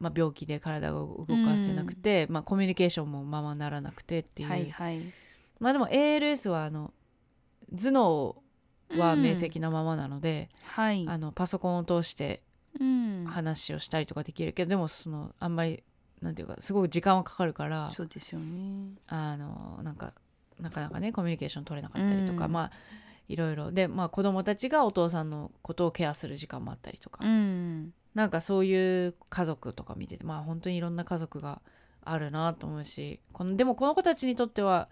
Speaker 2: まあ、病気で体を動かせなくて、まあ、コミュニケーションもままならなくてっていう、
Speaker 3: はいはい
Speaker 2: まあでも ALS はあの頭脳は明晰なままなので、
Speaker 3: はい
Speaker 2: あのパソコンを通して
Speaker 3: うん
Speaker 2: 話をしたりとかできるけど、でもそのあんまりなんていうかすごく時間はかかるから
Speaker 3: そうですよね
Speaker 2: あのなんかなかなかねコミュニケーション取れなかったりとか、
Speaker 3: うん
Speaker 2: まあいろいろで、まあ、子供たちがお父さんのことをケアする時間もあったりとか、
Speaker 3: うん
Speaker 2: なんかそういう家族とか見ててまあ本当にいろんな家族があるなと思うしこのでもこの子たちにとっては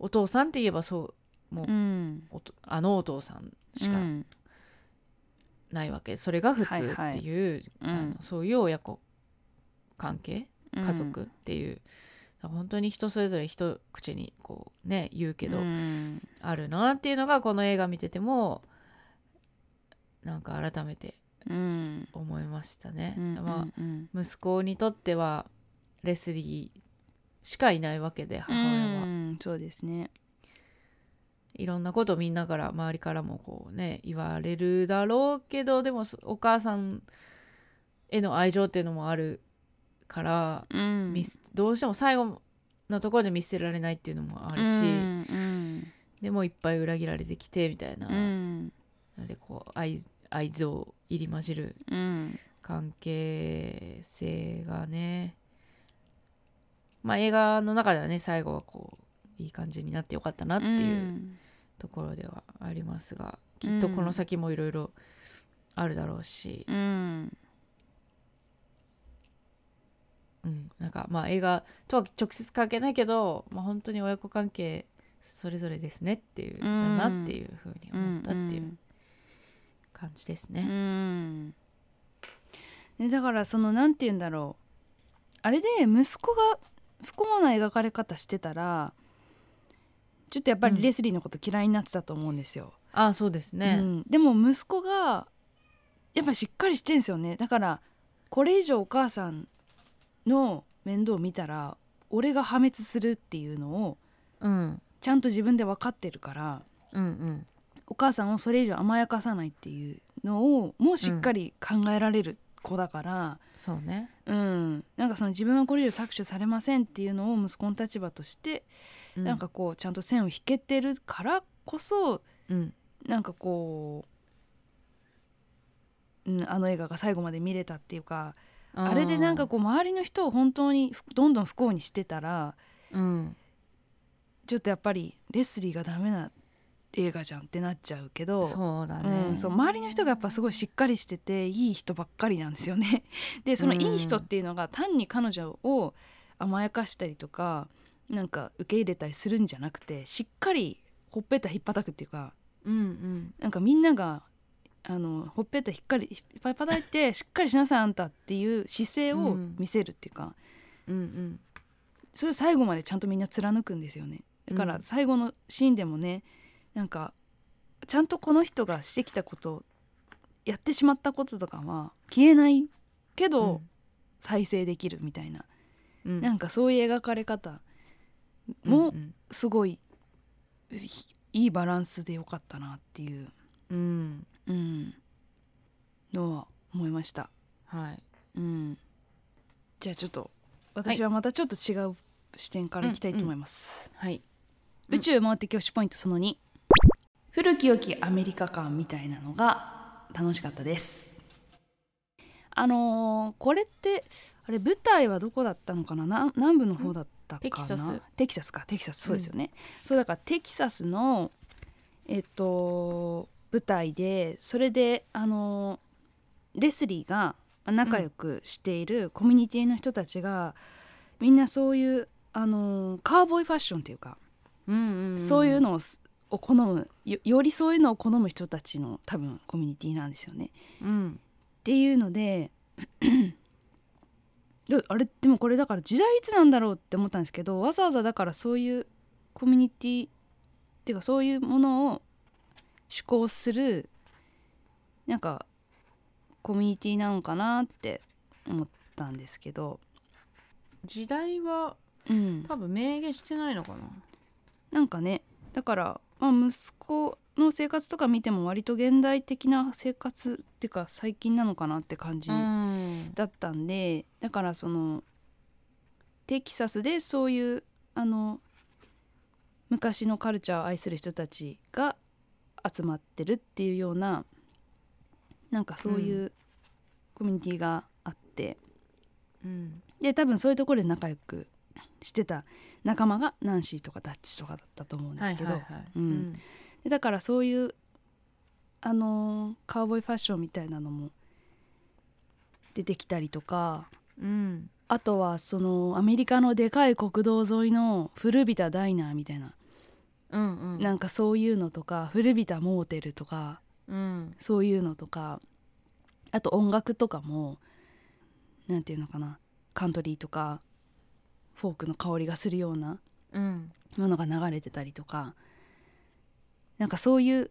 Speaker 2: お父さんって言えばそうもう、
Speaker 3: うん
Speaker 2: おとあのお父さんしか
Speaker 3: うん
Speaker 2: ないわけ、それが普通
Speaker 3: はい
Speaker 2: っ
Speaker 3: はい
Speaker 2: ていう、
Speaker 3: うん
Speaker 2: あのそういう親子関係家族っていう、だから本当に人それぞれ一口にこうね言うけど、
Speaker 3: うん
Speaker 2: あるなっていうのがこの映画見ててもなんか改めて
Speaker 3: うん
Speaker 2: 思いましたね。
Speaker 3: うん
Speaker 2: まあ
Speaker 3: うん
Speaker 2: 息子にとってはレスリーしかいないわけで母親は、
Speaker 3: うんそうですね
Speaker 2: いろんなことをみんなから周りからもこうね言われるだろうけどでもそお母さんへの愛情っていうのもあるから、
Speaker 3: うん
Speaker 2: 見すどうしても最後のところで見捨てられないっていうのもあるし、
Speaker 3: うんうん
Speaker 2: でもいっぱい裏切られてきてみたいな、
Speaker 3: うん
Speaker 2: なのでこう愛愛憎入り混じる
Speaker 3: うん
Speaker 2: 関係性がねまあ映画の中ではね最後はこういい感じになってよかったなっていううところではありますが、きっとこの先もいろいろあるだろうし、
Speaker 3: うん
Speaker 2: うん、なんかまあ映画とは直接関係ないけど、まあ、本当に親子関係それぞれですねっていう、
Speaker 3: うん
Speaker 2: だなっていうふうに思ったっていううん感じです
Speaker 3: う
Speaker 2: ね。
Speaker 3: んね、だからそのなんて言うんだろうあれで息子が不幸な描かれ方してたらちょっとやっぱ
Speaker 2: う
Speaker 3: り
Speaker 2: ん
Speaker 3: レスリーのこと嫌いになってたと思うんですよ、
Speaker 2: ああそうですね。
Speaker 3: うんでも息子がやっぱりしっかりしてんすよねだからこれ以上お母さんの面倒見たら俺が破滅するっていうのを
Speaker 2: うん
Speaker 3: ちゃんと自分で分かってるから
Speaker 2: うんうん
Speaker 3: お母さんをそれ以上甘やかさないっていうのをもうしっかり考えられる子だから、
Speaker 2: そうね
Speaker 3: うんなんかその自分はこれ以上搾取されませんっていうのを息子の立場として、
Speaker 2: う
Speaker 3: なんかこうちゃんと線を引けてるからこそ
Speaker 2: うん
Speaker 3: なんかこう、うん、あの映画が最後まで見れたっていうかあれでなんかこう周りの人を本当にふどんどん不幸にしてたら
Speaker 2: うん
Speaker 3: ちょっとやっぱりレスリーがダメな映画じゃんってなっちゃうけど
Speaker 2: そうだ
Speaker 3: う
Speaker 2: ね
Speaker 3: ん、そう周りの人がやっぱすごいしっかりしてていい人ばっかりなんですよね。 でそのいい人っていうのが単に彼女を甘やかしたりとかなんか受け入れたりするんじゃなくてしっかりほっぺたひっぱたくっていうか
Speaker 2: うん
Speaker 3: なんかみんながあのほっぺたひっかりひっぱたいてしっかりしなさいあんたっていう姿勢を見せるっていうか、
Speaker 2: うんうんうん
Speaker 3: それ最後までちゃんとみんな貫くんですよねだか
Speaker 2: う
Speaker 3: ら
Speaker 2: ん
Speaker 3: 最後のシーンでもねなんかちゃんとこの人がしてきたことやってしまったこととかは消えないけど再生できるみたいな、
Speaker 2: うん
Speaker 3: なんかそういう描かれ方も
Speaker 2: うん
Speaker 3: すごい、ひいいバランスでよかったなっていう、
Speaker 2: うんう
Speaker 3: う
Speaker 2: ん
Speaker 3: ん、のは思いました。
Speaker 2: はい
Speaker 3: うん、じゃあちょっと私はまたちょっと違う視点からいきたいと思います。
Speaker 2: はい
Speaker 3: 宇宙回って教師ポイントその2古き良きアメリカ感みたいなのが楽しかったですあのーこれってあれ舞台はどこだったのかなな南部の方だったかな
Speaker 2: テキサス
Speaker 3: テキサスかテキサスそうですよね、そうだからテキサスのえっと舞台でそれであのーレスリーが仲良くしているコミュニティの人たちが、みんなそういうあのーカーボーイファッションっていうか
Speaker 2: うんん
Speaker 3: そういうのをすを好むよよりそういうのを好む人たちの多分コミュニティなんですよね。
Speaker 2: うん
Speaker 3: っていうので であれでもこれだから時代いつなんだろうって思ったんですけどわざわざだからそういうコミュニティっていうかそういうものを趣向するなんかコミュニティなのかなって思ったんですけど、
Speaker 2: 時代は
Speaker 3: うん、
Speaker 2: 多分明言してないのかな
Speaker 3: なんかねだから、まあ、息子の生活とか見ても割と現代的な生活っていうか最近なのかなって感じ
Speaker 2: ん
Speaker 3: だったんで、だからそのテキサスでそういうあの昔のカルチャーを愛する人たちが集まってるっていうようななんかそういううコミュニティがあって、
Speaker 2: うん
Speaker 3: で多分そういうところで仲良くしてた仲間がナンシーとかダッチとかだったと思うんですけど、
Speaker 2: はいはいはい
Speaker 3: うんでだからそういうあのーカウボーイファッションみたいなのも出てきたりとか
Speaker 2: うん
Speaker 3: あとはそのアメリカのでかい国道沿いの古びたダイナーみたいな、
Speaker 2: うんうん
Speaker 3: なんかそういうのとか古びたモーテルとか
Speaker 2: うん
Speaker 3: そういうのとかあと音楽とかもなんていうのかなカントリーとかフォークの香りがするような
Speaker 2: うん
Speaker 3: ものが流れてたりとかなんかそういう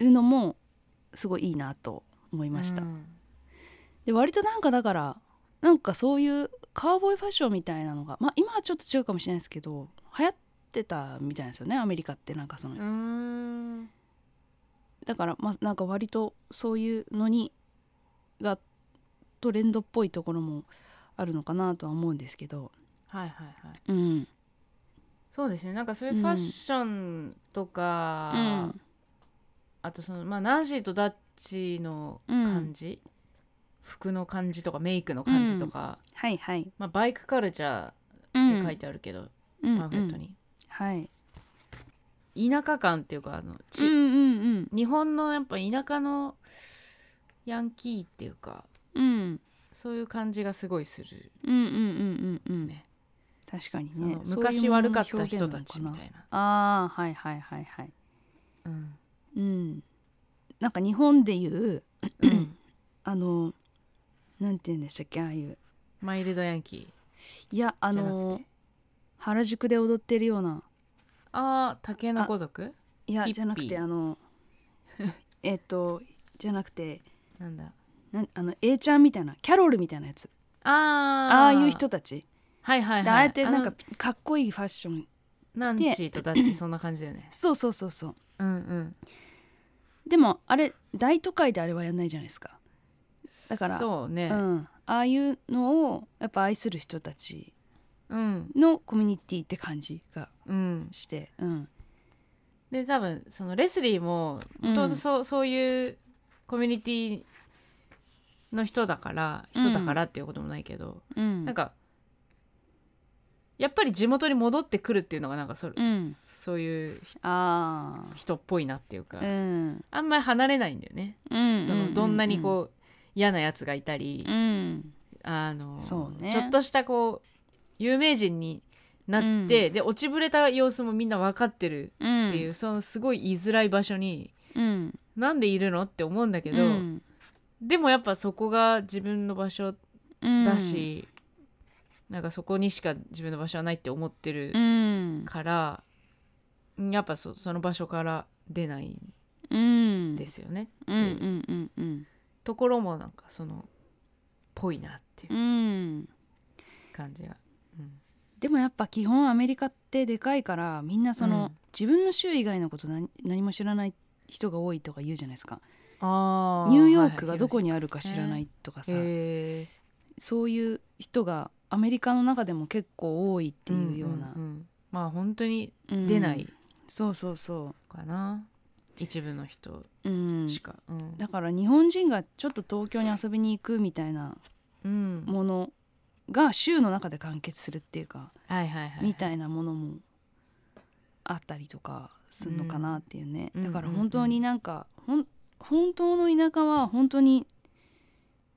Speaker 3: のもすごいいいなと思いました。
Speaker 2: うん
Speaker 3: で割となんかだからなんかそういうカーボーイファッションみたいなのがまあ今はちょっと違うかもしれないですけど流行ってたみたいなんですよねアメリカってなんかその、
Speaker 2: うん
Speaker 3: だからまあなんか割とそういうのにがトレンドっぽいところもあるのかなとは思うんですけど、
Speaker 2: はいはいはい
Speaker 3: うん
Speaker 2: そうですねなんかそういうファッションとか、
Speaker 3: うん
Speaker 2: あとそのまあナンシーとダッチの感じ、服の感じとかメイクの感じとか、
Speaker 3: はいはい、
Speaker 2: まあ、バイクカルチャ
Speaker 3: う
Speaker 2: ーって
Speaker 3: ん、
Speaker 2: 書いてあるけど、
Speaker 3: うんうん
Speaker 2: パンフレットに、
Speaker 3: はい、
Speaker 2: 田舎感っていうかあのち、
Speaker 3: うんうんうん
Speaker 2: 日本のやっぱ田舎のヤンキーっていうか
Speaker 3: うん
Speaker 2: そういう感じがすごいする、
Speaker 3: うんうんうんうんうん
Speaker 2: ね
Speaker 3: 確かに
Speaker 2: そ
Speaker 3: ね
Speaker 2: の
Speaker 3: そうい
Speaker 2: 昔
Speaker 3: うもの
Speaker 2: 悪
Speaker 3: の
Speaker 2: かった
Speaker 3: 表現
Speaker 2: 人
Speaker 3: なの
Speaker 2: た
Speaker 3: か
Speaker 2: ちみたいな
Speaker 3: なあーはいはいはいはい
Speaker 2: うん
Speaker 3: うんなんか日本でいう
Speaker 2: うん
Speaker 3: あのなんて言うんでしたっけああいう
Speaker 2: マイルドヤンキ
Speaker 3: いやあ
Speaker 2: ーじゃなく
Speaker 3: の
Speaker 2: て
Speaker 3: 原宿で踊ってるような
Speaker 2: ああ竹の子族
Speaker 3: いや
Speaker 2: ヒッピー
Speaker 3: じゃなくてあの えっとじゃなくて
Speaker 2: なんだ
Speaker 3: なんあの A ちゃんみたいなキャロルみたいなやつ
Speaker 2: あ
Speaker 3: ああいう人たち
Speaker 2: はいはいはい
Speaker 3: でああやってなん
Speaker 2: あ
Speaker 3: かかっこいいファッション
Speaker 2: のナンシーとダッチそんな感じだよね
Speaker 3: そうそうそうそう
Speaker 2: うんうん
Speaker 3: でもあれ大都会であれはやんないじゃないですかだから
Speaker 2: そうね
Speaker 3: うん、ああいうのをやっぱ愛する人たち
Speaker 2: うん
Speaker 3: のコミュニティって感じが
Speaker 2: うん
Speaker 3: して、うん、
Speaker 2: で多分そのレスリーも
Speaker 3: うん
Speaker 2: とそうそういうコミュニティの人だから
Speaker 3: うん
Speaker 2: 人だからっていうこともないけど、
Speaker 3: うん
Speaker 2: なんかやっぱり地元に戻ってくるっていうのがなんかそ,、
Speaker 3: うん
Speaker 2: そういうひ
Speaker 3: ああ
Speaker 2: 人っぽいなっていうか、
Speaker 3: うん
Speaker 2: あんまり離れないんだよね。
Speaker 3: うん
Speaker 2: そのどんなにこう、嫌なやつがいたり
Speaker 3: う、ん
Speaker 2: あの
Speaker 3: そうね
Speaker 2: ちょっとしたこう有名人になって、で落ちぶれた様子もみんな分かってる
Speaker 3: うん
Speaker 2: っていう、そのすごい居づらい場所に
Speaker 3: うん
Speaker 2: なんでいるのって思うんだけど、
Speaker 3: うん
Speaker 2: でもやっぱそこが自分の場所
Speaker 3: うん
Speaker 2: だし、なんかそこにしか自分の場所はないって思ってる
Speaker 3: うん
Speaker 2: から、やっぱそその場所から出ないん
Speaker 3: うん
Speaker 2: ですよね、
Speaker 3: うんうんうんうん
Speaker 2: ところもなんかそのぽいなっていう
Speaker 3: うん
Speaker 2: 感じが、うん
Speaker 3: でもやっぱ基本アメリカってでかいからみんなその、
Speaker 2: うん
Speaker 3: 自分の州以外のこと何何も知らない人が多いとか言うじゃないですか
Speaker 2: あ
Speaker 3: ニューヨークがどこ
Speaker 2: に
Speaker 3: にあるか知らないとかさ、
Speaker 2: え
Speaker 3: そういう人がアメリカの中でも結構多いっていうような、
Speaker 2: まあ本当に
Speaker 3: うん
Speaker 2: 出ない
Speaker 3: そうそうそ
Speaker 2: かな、一部の人
Speaker 3: う、うん、
Speaker 2: しか、うん
Speaker 3: だから日本人がちょっと東京に遊びに行くみたいな
Speaker 2: うん
Speaker 3: ものが州の中で完結するっていうか、
Speaker 2: はいはいはい
Speaker 3: みたいなものもあったりとかするのかなっていうね、
Speaker 2: うん
Speaker 3: だから本当になんか、ほん本当の田舎は本当に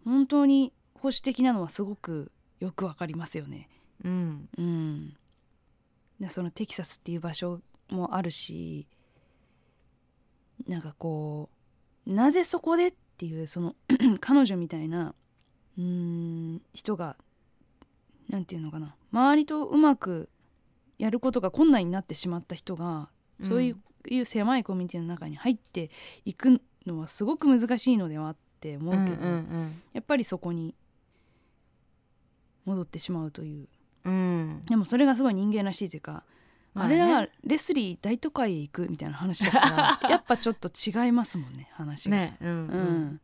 Speaker 3: 本当に保守的なのはすごくよくわかりますよね。
Speaker 2: うん
Speaker 3: うん、でそのテキサスっていう場所もあるしなんかこうなぜそこでっていうその 彼女みたいなうーん人がなんていうのかな周りとうまくやることが困難になってしまった人がそういう,、いう狭いコミュニティの中に入っていくのはすごく難しいのではって思うけど、
Speaker 2: うん
Speaker 3: やっぱりそこに戻ってしまうという
Speaker 2: うんうん
Speaker 3: でもそれがすごい人間らしいというか、
Speaker 2: ま
Speaker 3: あ
Speaker 2: ね
Speaker 3: れはレスリー大都会へ行くみたいな話だから やっぱちょっと違いますもんね話が。
Speaker 2: ねうん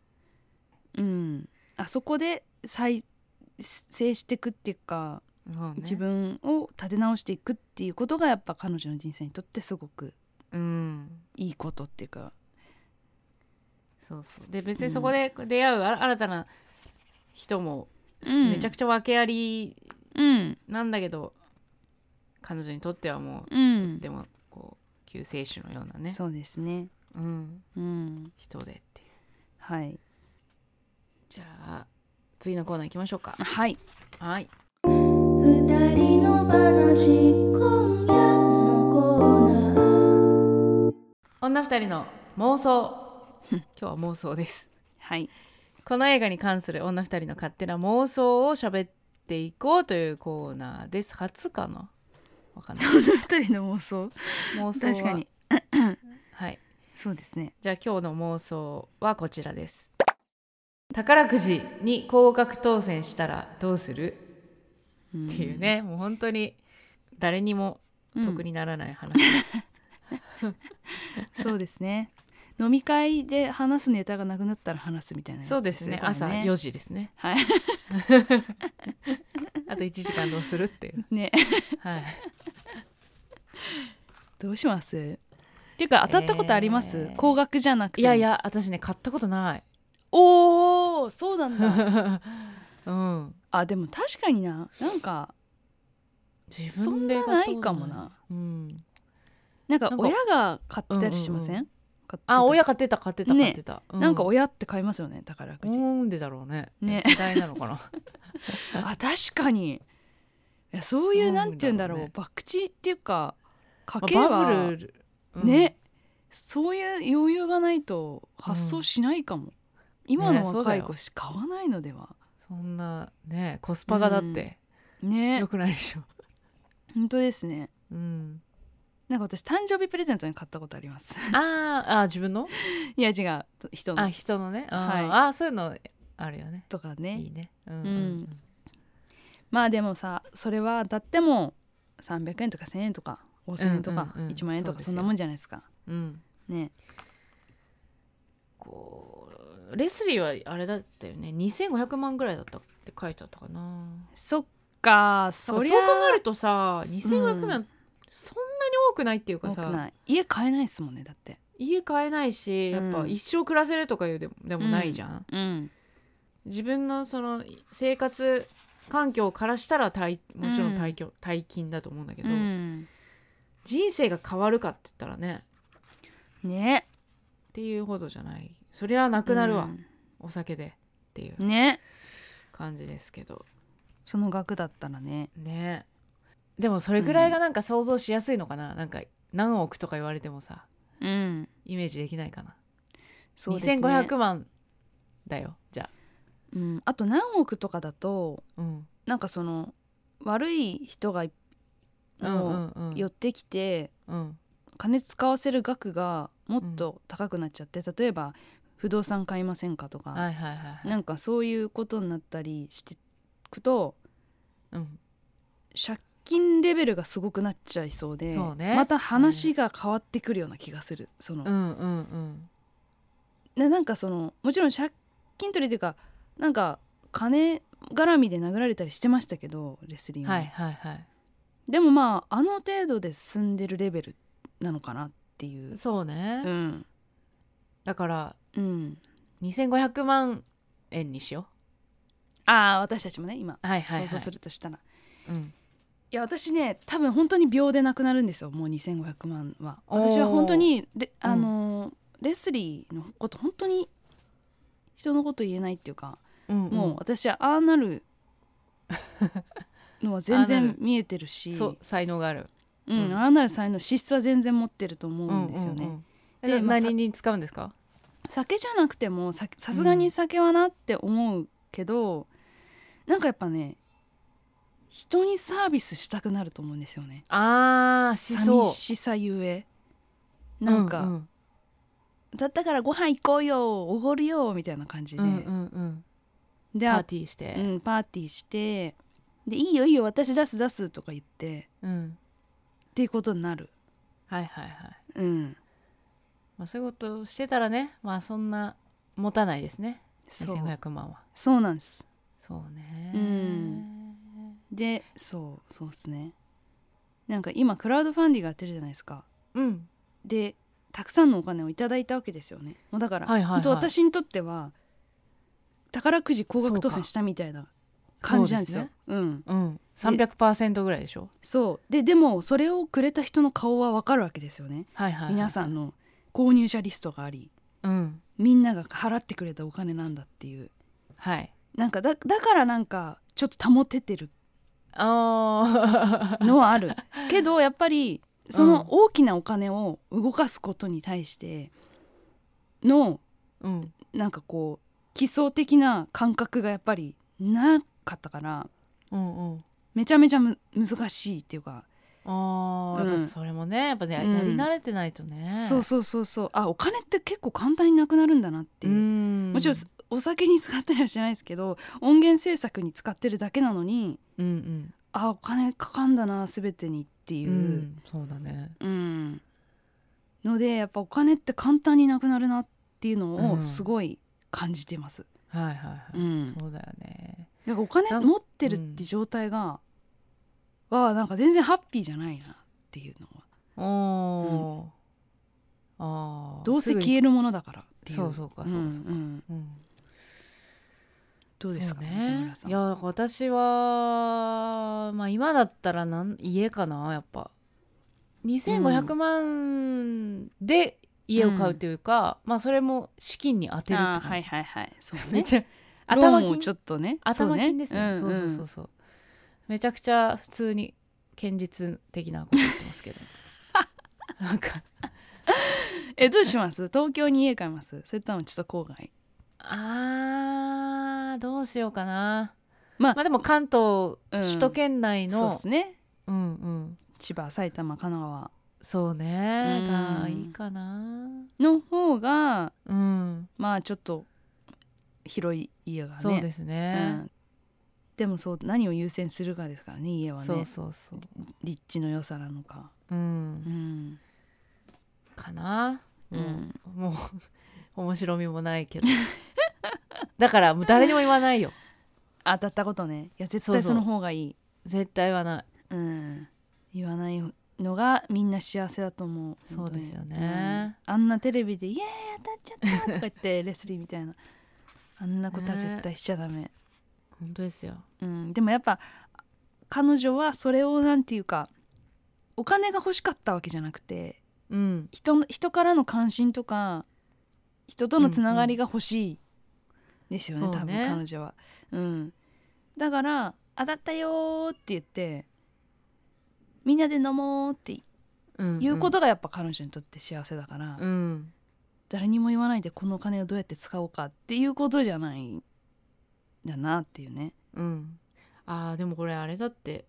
Speaker 3: う、ん、うん、あそこで再生していくっていうか
Speaker 2: うんそうね
Speaker 3: 自分を立て直していくっていうことがやっぱ彼女の人生にとってすごく
Speaker 2: うん
Speaker 3: いいことっていうか。
Speaker 2: そうそうで別にそこで出会うあ新たな人も、
Speaker 3: うん
Speaker 2: めちゃくちゃ訳あり
Speaker 3: うん
Speaker 2: なんだけど彼女にとってはも
Speaker 3: う
Speaker 2: う、
Speaker 3: ん
Speaker 2: でもこう救世主のようなね
Speaker 3: そうですね。
Speaker 2: う、ん、
Speaker 3: うん、
Speaker 2: 人でっていう
Speaker 3: はい、
Speaker 2: じゃあ次のコーナー行きましょうか
Speaker 3: はい、
Speaker 2: はい
Speaker 1: 二人の話今夜のコーナー
Speaker 2: 女二人の妄想今日は妄想です
Speaker 3: はい、
Speaker 2: この映画に関する女二人の勝手な妄想を喋っていこうというコーナーです初かなわかんな い
Speaker 3: この二人の妄想
Speaker 2: 妄想は
Speaker 3: 確かに
Speaker 2: はい
Speaker 3: そうですね。
Speaker 2: じゃあ今日の妄想はこちらです宝くじに高額当選したらどうする
Speaker 3: っ
Speaker 2: っていう、ね、もう本当に誰にも
Speaker 3: うん
Speaker 2: 得にならない話、
Speaker 3: そうですね。飲み会で話すネタがなくなったら話すみたいなやつ
Speaker 2: そうですね
Speaker 3: よこれ
Speaker 2: 朝4時ですね
Speaker 3: はい。
Speaker 2: あと1時間どうするって いう、
Speaker 3: ね、
Speaker 2: はい、
Speaker 3: どうします？っていうか当たったことあります？
Speaker 2: えー
Speaker 3: 高額じゃなくて。
Speaker 2: いやい。や私ね買ったことない
Speaker 3: おお、そうなんだ。
Speaker 2: うん
Speaker 3: あ、でも確かにな。なんか
Speaker 2: 自
Speaker 3: そん
Speaker 2: 分で
Speaker 3: な
Speaker 2: 買っ
Speaker 3: な
Speaker 2: たこと
Speaker 3: いかもな。
Speaker 2: うん、
Speaker 3: なんか
Speaker 2: なんか
Speaker 3: 親が買ったりしません？
Speaker 2: うんうん
Speaker 3: 買ってた
Speaker 2: あ親買ってた買ってた
Speaker 3: ね
Speaker 2: 買ってた、う
Speaker 3: なんか親って買いますよね宝くじ。
Speaker 2: なんでだろうね
Speaker 3: ね
Speaker 2: 世代なの かな
Speaker 3: あ、確かに。いやそういうな
Speaker 2: な
Speaker 3: ん
Speaker 2: だろうね
Speaker 3: んて言うんだろう、博打っていうか家計
Speaker 2: まあ
Speaker 3: は。
Speaker 2: バブル、うん
Speaker 3: ねそういう余裕がないと発想しないかも、今の若い子し買わないのでは
Speaker 2: そんなねコスパがだって、
Speaker 3: ね
Speaker 2: よくないでしょ、
Speaker 3: 本当ですね
Speaker 2: うん、
Speaker 3: なんか私誕生日プレゼントに買ったことあります
Speaker 2: あーあー自分の
Speaker 3: いや違う人
Speaker 2: あ
Speaker 3: の
Speaker 2: 人のねあー、
Speaker 3: はい
Speaker 2: あーそういうのあるよね
Speaker 3: とか
Speaker 2: い
Speaker 3: ね
Speaker 2: いねうん、うん
Speaker 3: うんまあでもさそれはだっても300円とか1,000円とか5,000円とか
Speaker 2: うんうんうん
Speaker 3: 1万円とか
Speaker 2: そ
Speaker 3: そうん
Speaker 2: ですよ
Speaker 3: なもんじゃないですか。
Speaker 2: うん、
Speaker 3: ね
Speaker 2: こうレスリーはあれだったよね2500万ぐらいだったって書いてあったかな
Speaker 3: そっか
Speaker 2: そ
Speaker 3: そうり
Speaker 2: 考
Speaker 3: ゃ
Speaker 2: えるとさ2500万、
Speaker 3: う
Speaker 2: そんなに多くないっていうか
Speaker 3: 多く
Speaker 2: さ
Speaker 3: ない家買えないですもんねだって。
Speaker 2: 家買えないしやっ
Speaker 3: う
Speaker 2: ぱ
Speaker 3: ん
Speaker 2: 一生暮らせるとかいうでもでもないじゃん、
Speaker 3: うん
Speaker 2: 自分のその生活環境からしたら大もちろん大金,、大金だと思うんだけど、
Speaker 3: うん
Speaker 2: 人生が変わるかって言ったらね
Speaker 3: ね
Speaker 2: っていうほどじゃないそりゃなくなるわ、
Speaker 3: う
Speaker 2: お酒でっていうん
Speaker 3: ね
Speaker 2: 感じですけど
Speaker 3: その額だったらね
Speaker 2: ねでもそれぐらいがなんか想像しやすいのかな、なんか何億とか言われてもさ
Speaker 3: うん
Speaker 2: イメージできないかな、
Speaker 3: そうですね
Speaker 2: 2500万だよじゃ
Speaker 3: うん、あと何億とかだと
Speaker 2: あうん
Speaker 3: なんかその悪い人が
Speaker 2: うんう
Speaker 3: も
Speaker 2: んうん
Speaker 3: う寄ってきて
Speaker 2: うん
Speaker 3: 金使わせる額がもっと高くなっちゃって例えば不動産買いませんかと
Speaker 2: は
Speaker 3: か
Speaker 2: いはいはいはい
Speaker 3: なんかそういうことになったりしてくと
Speaker 2: うん
Speaker 3: 借金レベルがすごくなっちゃいそうで
Speaker 2: そうね
Speaker 3: また話が変わってくるような気がする。その
Speaker 2: うんうんうん
Speaker 3: でなんかそのもちろん借金取りというかなんか金絡みで殴られたりしてましたけどレスリング、
Speaker 2: はいはいはい
Speaker 3: でもまああの程度で進んでるレベルなのかなっていう
Speaker 2: そうね、
Speaker 3: うん
Speaker 2: だから
Speaker 3: うん
Speaker 2: 2500万円にしよ
Speaker 3: ああ私たちもね今
Speaker 2: うはいはいはい
Speaker 3: 想像するとしたら、い
Speaker 2: うん、
Speaker 3: や私ね多分本当に秒でなくなるんですよもう2500万は
Speaker 2: おー
Speaker 3: 私は本当にレ,、あのーレスリーのこと本当に人のこと言えないっていうか
Speaker 2: うん
Speaker 3: もう私はああなるのは全
Speaker 2: ああな
Speaker 3: 然
Speaker 2: る
Speaker 3: 見えてるし
Speaker 2: そう才能がある
Speaker 3: うん
Speaker 2: うん
Speaker 3: ああなる才能資質は全然持ってると思うんですよね。
Speaker 2: うんうんうん
Speaker 3: で
Speaker 2: な
Speaker 3: まあさ
Speaker 2: 何に使うんですか
Speaker 3: 酒じゃなくてもささすがに酒はなって思うけど、なんかやっぱね人にサービスしたくなると思うんですよね。
Speaker 2: ああしそう
Speaker 3: 寂しさゆえなんか、
Speaker 2: うんうん
Speaker 3: だったからご飯行こうよおごるよみたいな感じで、
Speaker 2: うんうんうん
Speaker 3: で
Speaker 2: パ
Speaker 3: あ
Speaker 2: ーティーして、
Speaker 3: うん、パーティーしてで「いいよいいよ私出す出す」とか言って
Speaker 2: うん
Speaker 3: っていうことになる。
Speaker 2: はいはいはい、
Speaker 3: うん、
Speaker 2: まあ、そういうことをしてたらねまあそんな持たないですね
Speaker 3: そう
Speaker 2: 2500万は
Speaker 3: そうなんです。
Speaker 2: そうね
Speaker 3: うんでそうそうですねなんか今クラウドファンディングやってるじゃないですか
Speaker 2: うん
Speaker 3: でたくさんのお金をいただいたわけですよねもうだから、
Speaker 2: はいはいは
Speaker 3: 本
Speaker 2: い
Speaker 3: 当私にとっては宝くじ高額当選したみたいな感じなんですよ
Speaker 2: そう
Speaker 3: うん
Speaker 2: うん300%ぐらいでしょ
Speaker 3: そうででもそれをくれた人の顔はわかるわけですよね、
Speaker 2: はいはい、はい、
Speaker 3: 皆さんの購入者リストがあり
Speaker 2: うん
Speaker 3: みんなが払ってくれたお金なんだっていう
Speaker 2: はい
Speaker 3: なんかだだからなんかちょっと保ててる
Speaker 2: あ あ
Speaker 3: のはあ るけどやっぱりその大きなお金を動かすことに対しての
Speaker 2: うん
Speaker 3: なんかこう基礎的な感覚がやっぱりなかったから
Speaker 2: うんうん
Speaker 3: めちゃめちゃむ難しいっていうか、
Speaker 2: ああ、
Speaker 3: うん
Speaker 2: やっぱそれもねやっぱね、
Speaker 3: うん
Speaker 2: やり慣れてないとね
Speaker 3: そうそうそうそうあお金って結構簡単になくなるんだなっていう、
Speaker 2: ん
Speaker 3: もちろんお酒に使ったりはしてないですけど音源制作に使ってるだけなのに
Speaker 2: うん
Speaker 3: あお金かかんだな全てにって
Speaker 2: う
Speaker 3: い
Speaker 2: ん、う
Speaker 3: う。
Speaker 2: ん、そうだね
Speaker 3: うん、のでやっぱお金って簡単になくなるなっていうの
Speaker 2: う
Speaker 3: を
Speaker 2: ん
Speaker 3: すごい感じてます。
Speaker 2: はいはいはい、
Speaker 3: うん
Speaker 2: そうだよね
Speaker 3: だからお金
Speaker 2: なん
Speaker 3: 持ってるって状態が、はなんか全然ハッピーじゃないなっていうのは
Speaker 2: おお、ああ
Speaker 3: どうせ消えるものだからっていう。
Speaker 2: そうそうかそうかそうか、
Speaker 3: んん
Speaker 2: うん
Speaker 3: どうですか
Speaker 2: そう
Speaker 3: ね田
Speaker 2: ね
Speaker 3: 村さん
Speaker 2: いやだから私はまあ今だったらなん家かなやっぱ2500万で家を買うというか、まあそれも資金に当てるっ
Speaker 3: あ
Speaker 2: て
Speaker 3: ー
Speaker 2: 感じ、
Speaker 3: はいはいはいそう
Speaker 2: めっ
Speaker 3: ね。
Speaker 2: ちゃ
Speaker 3: 頭
Speaker 2: 頭
Speaker 3: 金
Speaker 2: 金
Speaker 3: ちょっとね
Speaker 2: 頭金ですねそうそうそうそううめちゃくちゃ普通に堅実的なこと言ってますけどなんか
Speaker 3: んうんえどうします東京に家買いますそれともちょっと郊外
Speaker 2: あーどうしようかな
Speaker 3: まあ
Speaker 2: まあでも関東、
Speaker 3: うん
Speaker 2: 首都圏内
Speaker 3: そう
Speaker 2: の
Speaker 3: ですね
Speaker 2: うんうん
Speaker 3: 千葉埼玉神奈川
Speaker 2: そうね
Speaker 3: うん
Speaker 2: がいいかな
Speaker 3: の方が
Speaker 2: うん、
Speaker 3: まあちょっと広い家がね
Speaker 2: そうです
Speaker 3: う
Speaker 2: ね、
Speaker 3: ん、でもそう何を優先するかですからね家は
Speaker 2: そう
Speaker 3: ね
Speaker 2: そうそう
Speaker 3: 立地の良さなのか
Speaker 2: う
Speaker 3: うんん
Speaker 2: かな
Speaker 3: う
Speaker 2: うんんもう 面白みもないけどだからもう誰にも言わないよ
Speaker 3: 当たったことねいや絶
Speaker 2: そう
Speaker 3: 対
Speaker 2: そう
Speaker 3: その方がいい
Speaker 2: 絶対はない
Speaker 3: うん言わないのがみんな幸せだと思う
Speaker 2: そうですよね
Speaker 3: 本当にうんあんなテレビで「イエーイ当たっちゃった!」とか言って レスリーみたいなあんなことは絶対しちゃダメ、
Speaker 2: 本当ですよ
Speaker 3: うん、でもやっぱ彼女はそれをなんていうかお金が欲しかったわけじゃなくて
Speaker 2: うん
Speaker 3: 人の人からの関心とか人とのつながりが欲しいですよね、
Speaker 2: うんうん
Speaker 3: 多分
Speaker 2: そうね
Speaker 3: 彼女は。うん、だから「当たったよ」って言ってみんなで飲もうって
Speaker 2: うん
Speaker 3: 言うことがやっぱ彼女にとって幸せだから、
Speaker 2: うん
Speaker 3: 誰にも言わないでこのお金をどうやって使おうかっていうことじゃないんだなっていうね。
Speaker 2: うんあーでもこれあれだって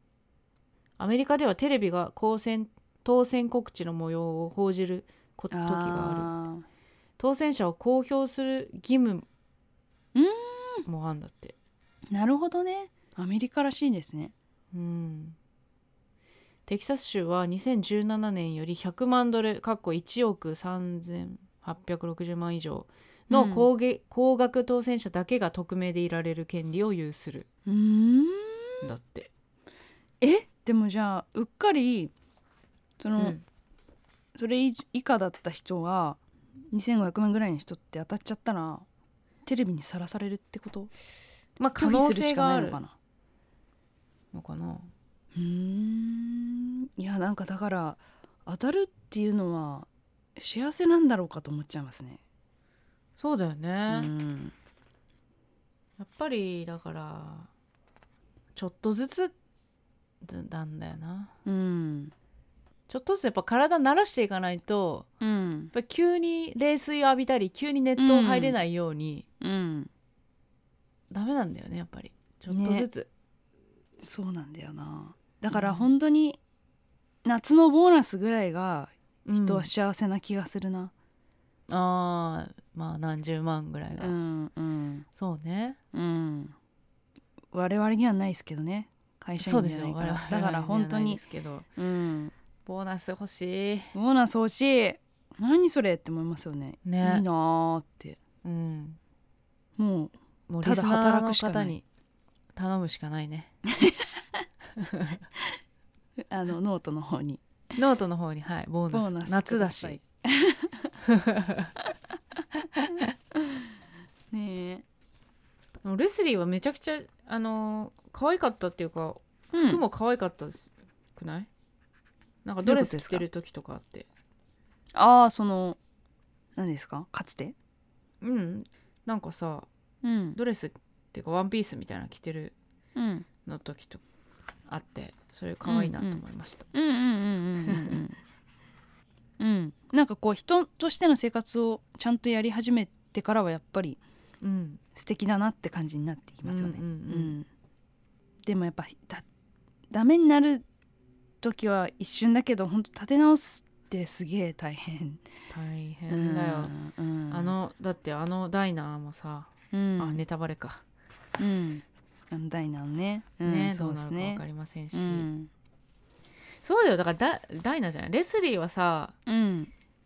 Speaker 2: アメリカではテレビが当選当選告知の模様を報じるこ時がある
Speaker 3: あー
Speaker 2: 当選者を公表する義務
Speaker 3: うー
Speaker 2: もあんだって
Speaker 3: なるほどねアメリカらしいですね。
Speaker 2: うんテキサス州は2017年より100万ドルかっこ1億3860万以上の高,、高額当選者だけが匿名でいられる権利を有する
Speaker 3: うーん
Speaker 2: んだって。
Speaker 3: えでもじゃあうっかりその、
Speaker 2: うん
Speaker 3: それ以以下だった人が2500万ぐらいの人って当たっちゃったらテレビにさらされるってこと
Speaker 2: まあ可
Speaker 3: 拒否
Speaker 2: 能
Speaker 3: するし
Speaker 2: 性
Speaker 3: か
Speaker 2: が
Speaker 3: な
Speaker 2: あ
Speaker 3: いの
Speaker 2: る
Speaker 3: かな
Speaker 2: のかな。
Speaker 3: うーんいやなんかだから当たるっていうのは幸せなんだろうかと思っちゃいますね。
Speaker 2: そうだよね、
Speaker 3: う
Speaker 2: や
Speaker 3: ん、
Speaker 2: っぱりだからちょっとずつなんだよな
Speaker 3: うん
Speaker 2: ちょっとずつやっぱ体慣らしていかないと
Speaker 3: うん
Speaker 2: やっぱり急に冷水を浴びたり急に熱湯入れないように、
Speaker 3: うん、
Speaker 2: ダメなんだよねやっぱりちょっとずつ、
Speaker 3: そうなんだよなだから本当に夏のボーナスぐらいが
Speaker 2: うん
Speaker 3: 人は幸せな気がするな。
Speaker 2: ああまあ何十万ぐらいが、
Speaker 3: うんうん
Speaker 2: そうね
Speaker 3: うん、我々にはないですけどね会社
Speaker 2: そ
Speaker 3: 員
Speaker 2: うで
Speaker 3: じ
Speaker 2: す
Speaker 3: ゃな
Speaker 2: よ
Speaker 3: いから
Speaker 2: 我々
Speaker 3: だから本当
Speaker 2: はない
Speaker 3: に
Speaker 2: ですけど
Speaker 3: うん
Speaker 2: ボーナス欲しい
Speaker 3: ボーナス欲しい何それって思いますよね
Speaker 2: ね
Speaker 3: いいなーって
Speaker 2: うん
Speaker 3: もう
Speaker 2: もう
Speaker 3: ただ
Speaker 2: リスナー
Speaker 3: 働
Speaker 2: の
Speaker 3: くしかない
Speaker 2: 方に頼むしかないね
Speaker 3: あのノートの方に
Speaker 2: ノートの方にはいボーナ
Speaker 3: ボ
Speaker 2: ス
Speaker 3: ーナス
Speaker 2: 夏だ
Speaker 3: く
Speaker 2: し
Speaker 3: さいね
Speaker 2: でもレスリーはめちゃくちゃあのー可愛かったっていうか
Speaker 3: え、
Speaker 2: 服も可愛かったです、くないなんかドレス着てる時とかあって
Speaker 3: ああその何ですかかつて
Speaker 2: うんなんかさ
Speaker 3: うん
Speaker 2: ドレスっていうかワンピースみたいなの着てる
Speaker 3: うん
Speaker 2: の時とあってそれ可愛いなと思いました、
Speaker 3: うんうんうんうんうんうんうんなんかこう人としての生活をちゃんとやり始めてからはやっぱり
Speaker 2: うんうん
Speaker 3: 素敵だなって感じになってきますよね、
Speaker 2: うんうんう
Speaker 3: うんんでもやっぱだダメになる時は一瞬だけど本当立て直すってすげえ大変
Speaker 2: 大変だよ、
Speaker 3: うん
Speaker 2: あ、のだってあのダイナーもさ、
Speaker 3: うん、
Speaker 2: あネタバレか、
Speaker 3: うんあのダイナーのね,、うん、
Speaker 2: ね
Speaker 3: そうで
Speaker 2: どう
Speaker 3: す
Speaker 2: なるか分
Speaker 3: ね
Speaker 2: かりませんし、
Speaker 3: うん、
Speaker 2: そうだよだからダダイナーじゃないレスリーはさ
Speaker 3: うん、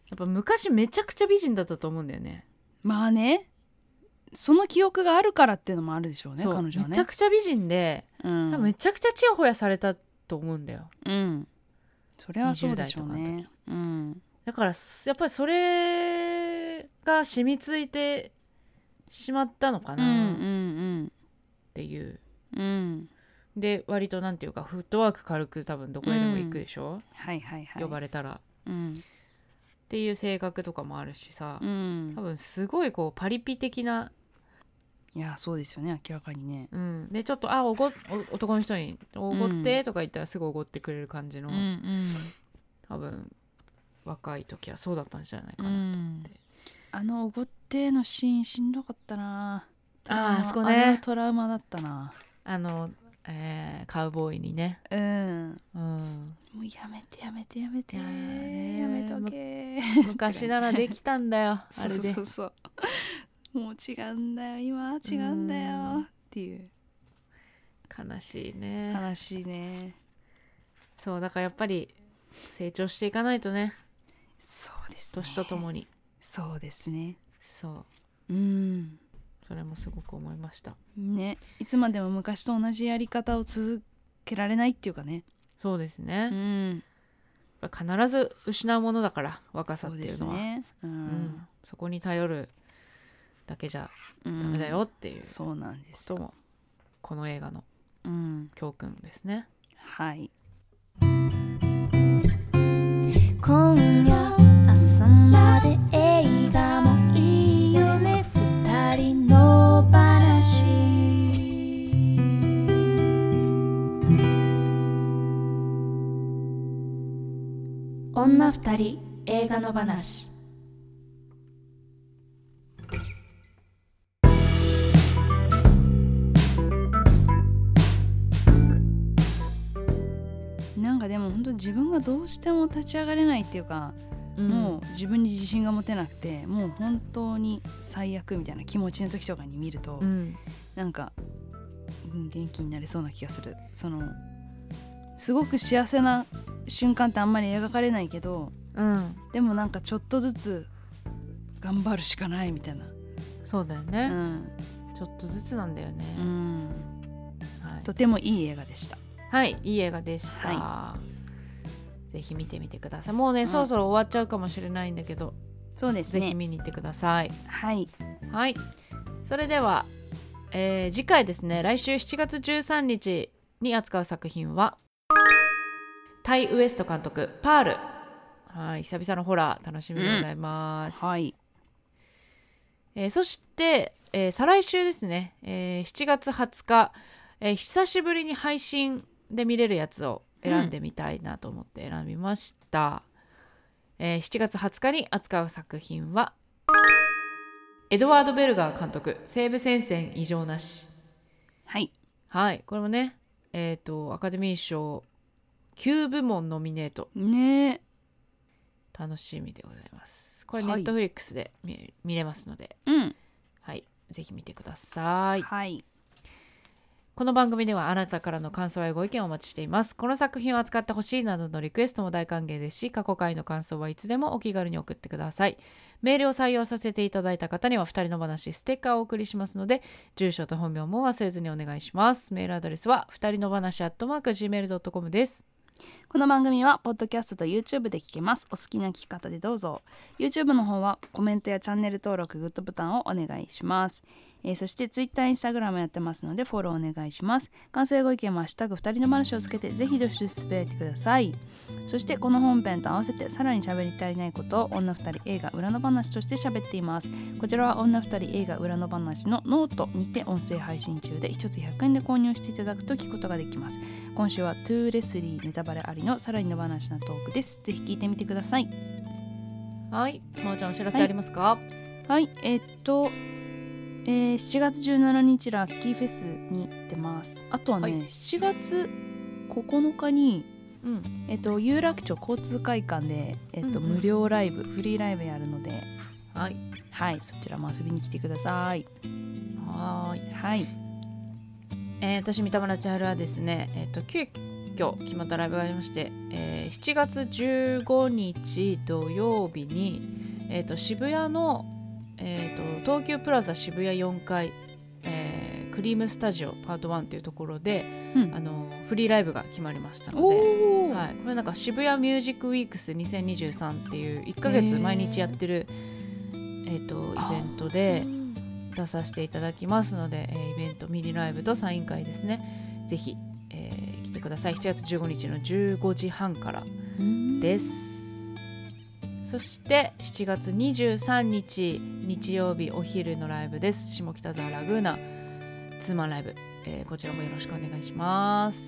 Speaker 2: やっぱ昔めちゃくちゃ美人だったと思うんだよね
Speaker 3: まあねその記憶があるからっていうのもあるでしょうね
Speaker 2: そう
Speaker 3: 彼女はね
Speaker 2: めちゃくちゃ美人で、
Speaker 3: うん
Speaker 2: 多分めちゃくちゃちやほやされたと思うんだよ
Speaker 3: うん、それはそうでしょう
Speaker 2: 20代
Speaker 3: ね
Speaker 2: と。
Speaker 3: うん、
Speaker 2: だからすやっぱりそれが染みついてしまったのか
Speaker 3: うん、う
Speaker 2: なっ
Speaker 3: ん、
Speaker 2: ていう、
Speaker 3: うん、うん、
Speaker 2: で割となんていうかフットワーク軽く多分どこへでも行くでしょ、
Speaker 3: はいはいはい。
Speaker 2: 呼ばれたらっ
Speaker 3: うん、
Speaker 2: ていう性格とかもあるしさ、
Speaker 3: うん
Speaker 2: 多、分すごいこうパリピ的な、
Speaker 3: いやそうですよね明らかにね。
Speaker 2: うん、でちょっとあおごお男の人に「おごって」とか言ったらすぐおごってくれる感じの、
Speaker 3: ん、
Speaker 2: 多分若い時はそうだったんじゃないか
Speaker 3: う
Speaker 2: な、
Speaker 3: ん。あのおごってのシーンしんどかったな。トラウマ
Speaker 2: あーあそこ
Speaker 3: あ
Speaker 2: ね
Speaker 3: れはトラウマだったな。
Speaker 2: あの、えーカウボーイにね、
Speaker 3: うん。
Speaker 2: うん、
Speaker 3: もうやめてやめてやめて
Speaker 2: い
Speaker 3: や
Speaker 2: やーねー
Speaker 3: めとけ。
Speaker 2: 昔ならできたんだよ あれで
Speaker 3: そうそうそう。もう違うんだよ今は違うんだ
Speaker 2: うん
Speaker 3: よっていう。
Speaker 2: 悲しいね
Speaker 3: 悲しいね
Speaker 2: そうだからやっぱり成長していかないとね
Speaker 3: そうですね
Speaker 2: 年とともに
Speaker 3: そうですね
Speaker 2: そう
Speaker 3: うん
Speaker 2: それもすごく思いました
Speaker 3: ねいつまでも昔と同じやり方を続けられないっていうかね
Speaker 2: そうですね、
Speaker 3: うん
Speaker 2: やっぱ必ず失うものだから若さ
Speaker 3: そう
Speaker 2: って
Speaker 3: で
Speaker 2: いう
Speaker 3: す
Speaker 2: のは
Speaker 3: ねう
Speaker 2: うんん、そこに頼るだけじゃ
Speaker 3: ダ
Speaker 2: ダメだよっていうこ
Speaker 3: そうなんです
Speaker 2: と
Speaker 3: よ
Speaker 2: もこの映画の
Speaker 3: うん
Speaker 2: 教訓ですね
Speaker 3: はい
Speaker 1: 今夜朝まで映画もいいよね二人の話女二人映画の話
Speaker 3: なんかでも本当自分がどうしても立ち上がれないっていうか、もう自分に自信が持てなくてもう本当に最悪みたいな気持ちの時とかに見ると、
Speaker 2: うん、うん
Speaker 3: なんか、うん、元気になれそうな気がするそのすごく幸せな瞬間ってあんまり描かれないけど
Speaker 2: うん、
Speaker 3: でもなんかちょっとずつ頑張るしかないみたいな、
Speaker 2: そうだよ
Speaker 3: う
Speaker 2: ね、
Speaker 3: ん
Speaker 2: ちょっとずつなんだよね、
Speaker 3: うん、
Speaker 2: はい、
Speaker 3: とてもいい映画でした
Speaker 2: はい、いい映画でした、ぜひ見てみてくださいもうね、
Speaker 3: うん
Speaker 2: そろそろ終わっちゃうかもしれないんだけど、
Speaker 3: そうです
Speaker 2: ぜひ
Speaker 3: ね
Speaker 2: 見に行ってください
Speaker 3: はい
Speaker 2: はいそれでは、えー次回ですね来週7月13日に扱う作品はタイ・ウエスト監督「パール」はい久々のホラー楽しみでございます、
Speaker 3: はい
Speaker 2: えーそして、えー再来週ですね、えー7月20日、えー久しぶりに配信で見れるやつを選んでみたいなと思って選びました、えー7月20日に扱う作品はエドワード・ベルガー監督「西部戦線異常なし
Speaker 3: はい」
Speaker 2: はいこれもねえっ、とアカデミー賞9部門ノミネート
Speaker 3: ねえ
Speaker 2: 楽しみでございますこれネ
Speaker 3: はい
Speaker 2: ットフリックスで見,、見れますので
Speaker 3: うん
Speaker 2: はいぜひ見てください
Speaker 3: はい
Speaker 2: この番組ではあなたからの感想やご意見をお待ちしています。この作品を扱ってほしいなどのリクエストも大歓迎ですし、過去回の感想はいつでもお気軽に送ってください。メールを採用させていただいた方には、二人の話ステッカーをお送りしますので、住所と本名も忘れずにお願いします。メールアドレスは、二人の話アットマーク Gmail.com です。
Speaker 3: この番組はポッドキャストと YouTube で聞けますお好きな聞き方でどうぞ YouTube の方はコメントやチャンネル登録グッドボタンをお願いします、えーそして Twitter、Instagram やってますのでフォローお願いします感想やご意見も「ハッシュタグ二人の話」をつけてぜひどしどしつぶやいてくださいそしてこの本編と合わせてさらに喋り足りないことを女二人映画裏の話として喋っていますこちらは女二人映画裏の話のノートにて音声配信中で1つ100円で購入していただくと聞くことができます今週はトゥーレスリーネタバレありのさらにの話なトークですぜひ聞いてみてください
Speaker 2: はい。まおちゃん、お知らせありますか、
Speaker 3: はいえっと、えー7月17日ラッキーフェスに出ますあとはね、
Speaker 2: はい
Speaker 3: 7月9日に
Speaker 2: うん。
Speaker 3: えっと有楽町交通会館で、えっと
Speaker 2: うんうん
Speaker 3: 無料ライブフリーライブやるので
Speaker 2: はい。
Speaker 3: はいそちらも遊びに来てください
Speaker 2: はーい。
Speaker 3: はい
Speaker 2: えー私三田村千春はですね、えー、と急遽決まったライブがありまして、えー7月15日土曜日に、えー、と渋谷の、えー、と東急プラザ渋谷4階、えークリームスタジオパート1というところで
Speaker 3: うん
Speaker 2: あのフリーライブが決まりましたの
Speaker 3: お
Speaker 2: で。
Speaker 3: お、
Speaker 2: はい、これなんか渋谷ミュージックウィークス2023っていう1ヶ月毎日やってる、えーとイベントで出させていただきますので、えーイベントミニライブとサイン会ですねぜひ、えー来てください7月15日の15時半からですすそして7月23日日曜日お昼のライブです下北沢ラグーナツーマンライブ、えーこちらもよろしくお願いします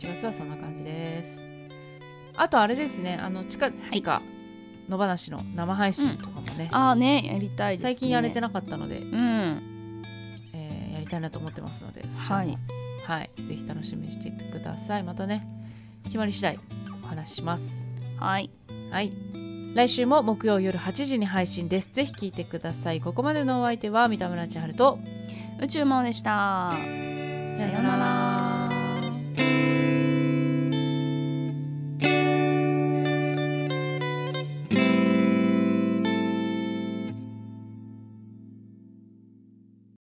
Speaker 2: 7月はそんな感じですあとあれですねあの近々野放しの生配信とかもね、
Speaker 3: ああねやりたいですね
Speaker 2: 最近やれて
Speaker 3: な
Speaker 2: なかったので
Speaker 3: うん
Speaker 2: えーやりたいなと思ってますので、そちらも
Speaker 3: は、い
Speaker 2: はい、ぜひ楽しみにしていてください。またね、決まり次第お話しします。
Speaker 3: はい
Speaker 2: はい。来週も木曜夜8時に配信です。ぜひ聞いてください。ここまでのお相手は三田村千春と、
Speaker 3: 宇宙魔王でした。
Speaker 2: さ
Speaker 3: さようなら